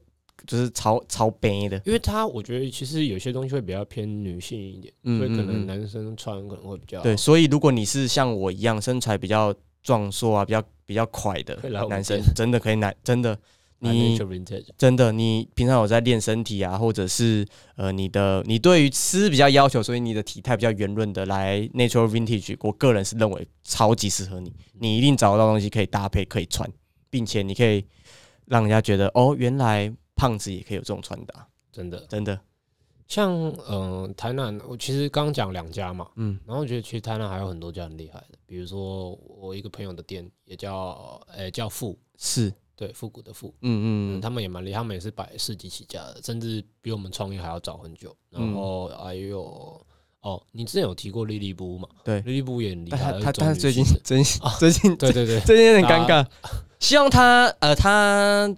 Speaker 1: 就是超超悲的，
Speaker 2: 因为它我觉得其实有些东西会比较偏女性一点，
Speaker 1: 嗯
Speaker 2: 所以可
Speaker 1: 嗯嗯
Speaker 2: 能男生穿可能会比较
Speaker 1: 对，所以如果你是像我一样身材比较壮硕啊，比较比较快的
Speaker 2: 可以来我啊们
Speaker 1: 男生
Speaker 2: 店，
Speaker 1: 真的可以男真的
Speaker 2: 拿
Speaker 1: 你
Speaker 2: nature vintage
Speaker 1: 真的你平常有在练身体啊，或者是呃你的你对于吃比较要求，所以你的体态比较圆润的来
Speaker 2: 嗯
Speaker 1: natural vintage，我个人是认为超级适合你，你一定找得到东西可以搭配可以穿，并且你可以让人家觉得哦，原来胖子也可以有这种穿搭，
Speaker 2: 真的。
Speaker 1: 真的，
Speaker 2: 像嗯、呃台南，我其实刚刚讲两家嘛，
Speaker 1: 嗯
Speaker 2: 然后我觉得其实台南还有很多家很厉害的，比如说我一个朋友的店也叫呃、叫富，
Speaker 1: 是，
Speaker 2: 对复古的富，
Speaker 1: 嗯
Speaker 2: 嗯，
Speaker 1: 嗯，
Speaker 2: 他们也蛮厉害，他们也是摆市集起家的，甚至比我们创业还要早很久。然后
Speaker 1: 嗯
Speaker 2: 还有哦，你之前有提过莉莉布嘛？
Speaker 1: 对
Speaker 2: 莉莉布也很厉
Speaker 1: 但
Speaker 2: 害，
Speaker 1: 他他
Speaker 2: 是
Speaker 1: 他
Speaker 2: 终
Speaker 1: 最
Speaker 2: 于
Speaker 1: 近
Speaker 2: 是
Speaker 1: 最近最近
Speaker 2: 哦对对对，
Speaker 1: 最近有点尴尬，
Speaker 2: 啊
Speaker 1: 希望他呃他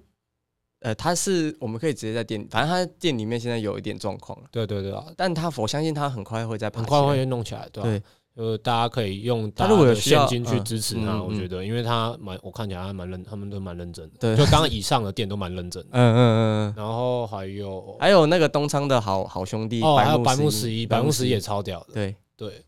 Speaker 1: 呃他是我们可以直接在店，反正他店里面现在有一点状况了，
Speaker 2: 对对对啊，
Speaker 1: 但他我相信他很快会再爬
Speaker 2: 很快
Speaker 1: 起来
Speaker 2: 会弄起来，对吧、
Speaker 1: 对
Speaker 2: 呃，大家可以用
Speaker 1: 他
Speaker 2: 大
Speaker 1: 如
Speaker 2: 家
Speaker 1: 果有
Speaker 2: 的
Speaker 1: 需要
Speaker 2: 现金去支持
Speaker 1: 嗯嗯
Speaker 2: 他，
Speaker 1: 嗯
Speaker 2: 我觉得，因为他蛮，我看起来他蛮认，他们都蛮认真的。
Speaker 1: 对
Speaker 2: 就 刚刚以上的店都蛮认真的。
Speaker 1: 嗯嗯嗯嗯，
Speaker 2: 然后还有
Speaker 1: 还有那个东昌的好好兄弟，
Speaker 2: 哦，还有白木
Speaker 1: 十
Speaker 2: 十一，白木十一也超屌的，
Speaker 1: 对，
Speaker 2: 对，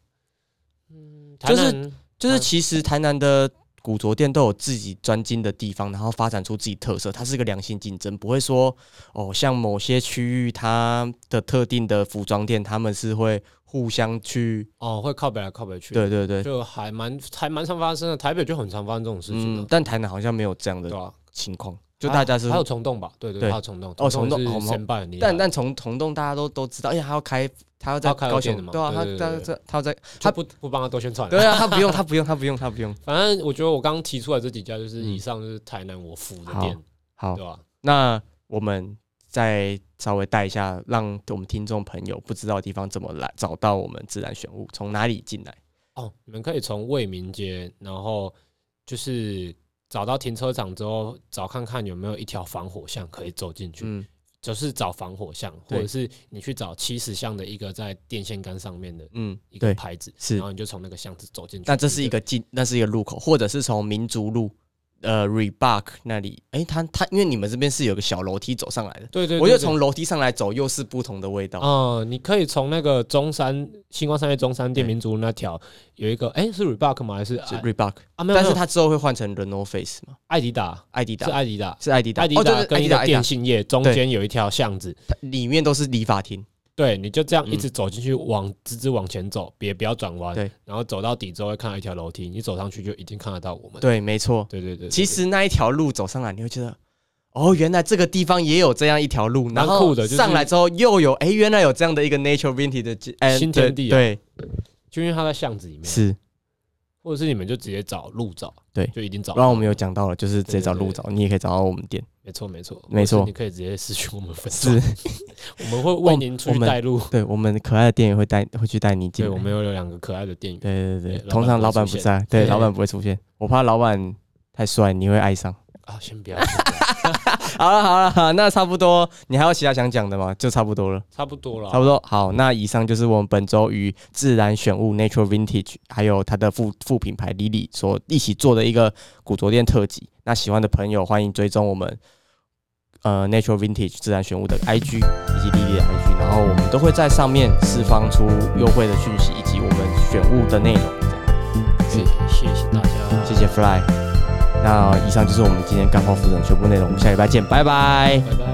Speaker 2: 嗯，
Speaker 1: 就是
Speaker 2: 台南
Speaker 1: 就是
Speaker 2: 嗯
Speaker 1: 其实台南的古着店都有自己专精的地方，然后发展出自己特色，它是一个良性竞争，不会说哦，像某些区域它的特定的服装店，他们是会互相去，
Speaker 2: 哦会靠北来靠北去，
Speaker 1: 对对对，
Speaker 2: 就还蛮还蛮常发生的，台北就很常发生这种事情
Speaker 1: 嗯
Speaker 2: 的，，
Speaker 1: 但台南好像没有这样
Speaker 2: 对
Speaker 1: 的
Speaker 2: 吧？
Speaker 1: 情况，就大家是
Speaker 2: 还有，虫洞吧，对对，
Speaker 1: 对
Speaker 2: 还有虫洞，
Speaker 1: 哦虫
Speaker 2: 虫
Speaker 1: 洞哦我
Speaker 2: 洞
Speaker 1: 们
Speaker 2: 是先办的，
Speaker 1: 但但从虫洞大家都都知道，而且他要开，他要在
Speaker 2: 他要开
Speaker 1: 高雄
Speaker 2: 店的，嘛
Speaker 1: 对啊，他
Speaker 2: 对对
Speaker 1: 他
Speaker 2: 对
Speaker 1: 在他在，
Speaker 2: 他不不帮他多宣传，
Speaker 1: 对啊，他不用他不用他不用他不用，
Speaker 2: 反正我觉得我刚刚提出来这几家，就是
Speaker 1: 嗯
Speaker 2: 以上就是台南我服的
Speaker 1: 好
Speaker 2: 店，
Speaker 1: 好
Speaker 2: 对，啊吧？
Speaker 1: 那我们再稍微带一下，让我们听众朋友不知道的地方怎么来找到我们自然选物，从哪里进来？
Speaker 2: 哦，你们可以从卫民街，然后就是找到停车场之后，找看看有没有一条防火巷可以走进去，
Speaker 1: 嗯
Speaker 2: 就是找防火巷，
Speaker 1: 对
Speaker 2: 或者是你去找七十巷的一个在电线杆上面的
Speaker 1: 嗯
Speaker 2: 一，个
Speaker 1: 对，
Speaker 2: 牌子，
Speaker 1: 是
Speaker 2: 然后你就从那个巷子走进去。
Speaker 1: 那这是一个进，那是一个入口，或者是从民族路呃 Reebok 那里，诶，它它因为你们这边是有个小楼梯走上来的，
Speaker 2: 对，对对对，
Speaker 1: 我又从楼梯上来走，又是不同的味道。
Speaker 2: 嗯，你可以从那个中山星光商业中山店
Speaker 1: 对
Speaker 2: 民族那条有一个，哎、是 Reebok 吗？还是
Speaker 1: 是
Speaker 2: 啊
Speaker 1: Reebok，
Speaker 2: 啊？没有，
Speaker 1: 但是
Speaker 2: 没有
Speaker 1: 它之后会换成 Reno Face 嘛？
Speaker 2: 艾迪达
Speaker 1: 艾迪达
Speaker 2: 是艾迪达，
Speaker 1: 是艾迪达，
Speaker 2: 艾迪
Speaker 1: 哦对
Speaker 2: 达
Speaker 1: 对
Speaker 2: 跟
Speaker 1: 艾
Speaker 2: 一
Speaker 1: 迪达，
Speaker 2: 个
Speaker 1: 艾迪达
Speaker 2: 电，信业中间有一条巷子，
Speaker 1: 它里面都是理发厅，
Speaker 2: 对，你就这样一
Speaker 1: 嗯
Speaker 2: 直走进去，往直直往前走，别不要转弯，
Speaker 1: 对，
Speaker 2: 然后走到底之后会看到一条楼梯，你走上去就已经看得到我们，
Speaker 1: 对，没错。
Speaker 2: 对对对对，
Speaker 1: 其实那一条路走上来，你会觉得，哦，原来这个地方也有这样一条路，然
Speaker 2: 蛮
Speaker 1: 后
Speaker 2: 酷的就是
Speaker 1: 上来之后又有，哎，原来有这样的一个 Nature Vintage 的街，哎，
Speaker 2: 新
Speaker 1: 对
Speaker 2: 天地啊
Speaker 1: 对，
Speaker 2: 就因为它在巷子里面，
Speaker 1: 是，
Speaker 2: 或者是你们就直接找路找，
Speaker 1: 对
Speaker 2: 就已经找
Speaker 1: 刚刚
Speaker 2: 到
Speaker 1: 我们有讲到了，就是直接找
Speaker 2: 对对
Speaker 1: 路
Speaker 2: 对
Speaker 1: 找，你也可以找到我们店，
Speaker 2: 没错没错
Speaker 1: 没错
Speaker 2: 或是你可以直接私讯我们粉丝
Speaker 1: 是，
Speaker 2: 我们会
Speaker 1: 我
Speaker 2: 为您出
Speaker 1: 我
Speaker 2: 去
Speaker 1: 们
Speaker 2: 带路，
Speaker 1: 对我们可爱的店员会带会去带你进
Speaker 2: 对，
Speaker 1: 来，
Speaker 2: 我们有两个可爱的店员。
Speaker 1: 对对对，
Speaker 2: 对
Speaker 1: 通常老
Speaker 2: 老
Speaker 1: 板
Speaker 2: 板
Speaker 1: 不
Speaker 2: 不
Speaker 1: 在，
Speaker 2: 现
Speaker 1: 对，
Speaker 2: 对
Speaker 1: 老板不会出现，我怕老板太帅你会爱上。
Speaker 2: 啊，先不要，
Speaker 1: 好了好了好了，那差不多，你还有其他想讲的吗？就 差不多了。
Speaker 2: 差不多了，
Speaker 1: 差不多好，那以上就是我们本周与自然选物 Natural Vintage 还有它的副副品牌 Lily 所一起做的一个古着店特辑。那喜欢的朋友欢迎追踪我们呃 Natural Vintage 自然选物的 IG 以及 Lily 的 IG，然后我们都会在上面释放出优惠的讯息以及我们选物的内容。
Speaker 2: 谢谢谢大家，
Speaker 1: 谢谢 Fly。那以上就是我们今天干货副人全部内容，我们下礼拜见，拜拜。
Speaker 2: 拜拜。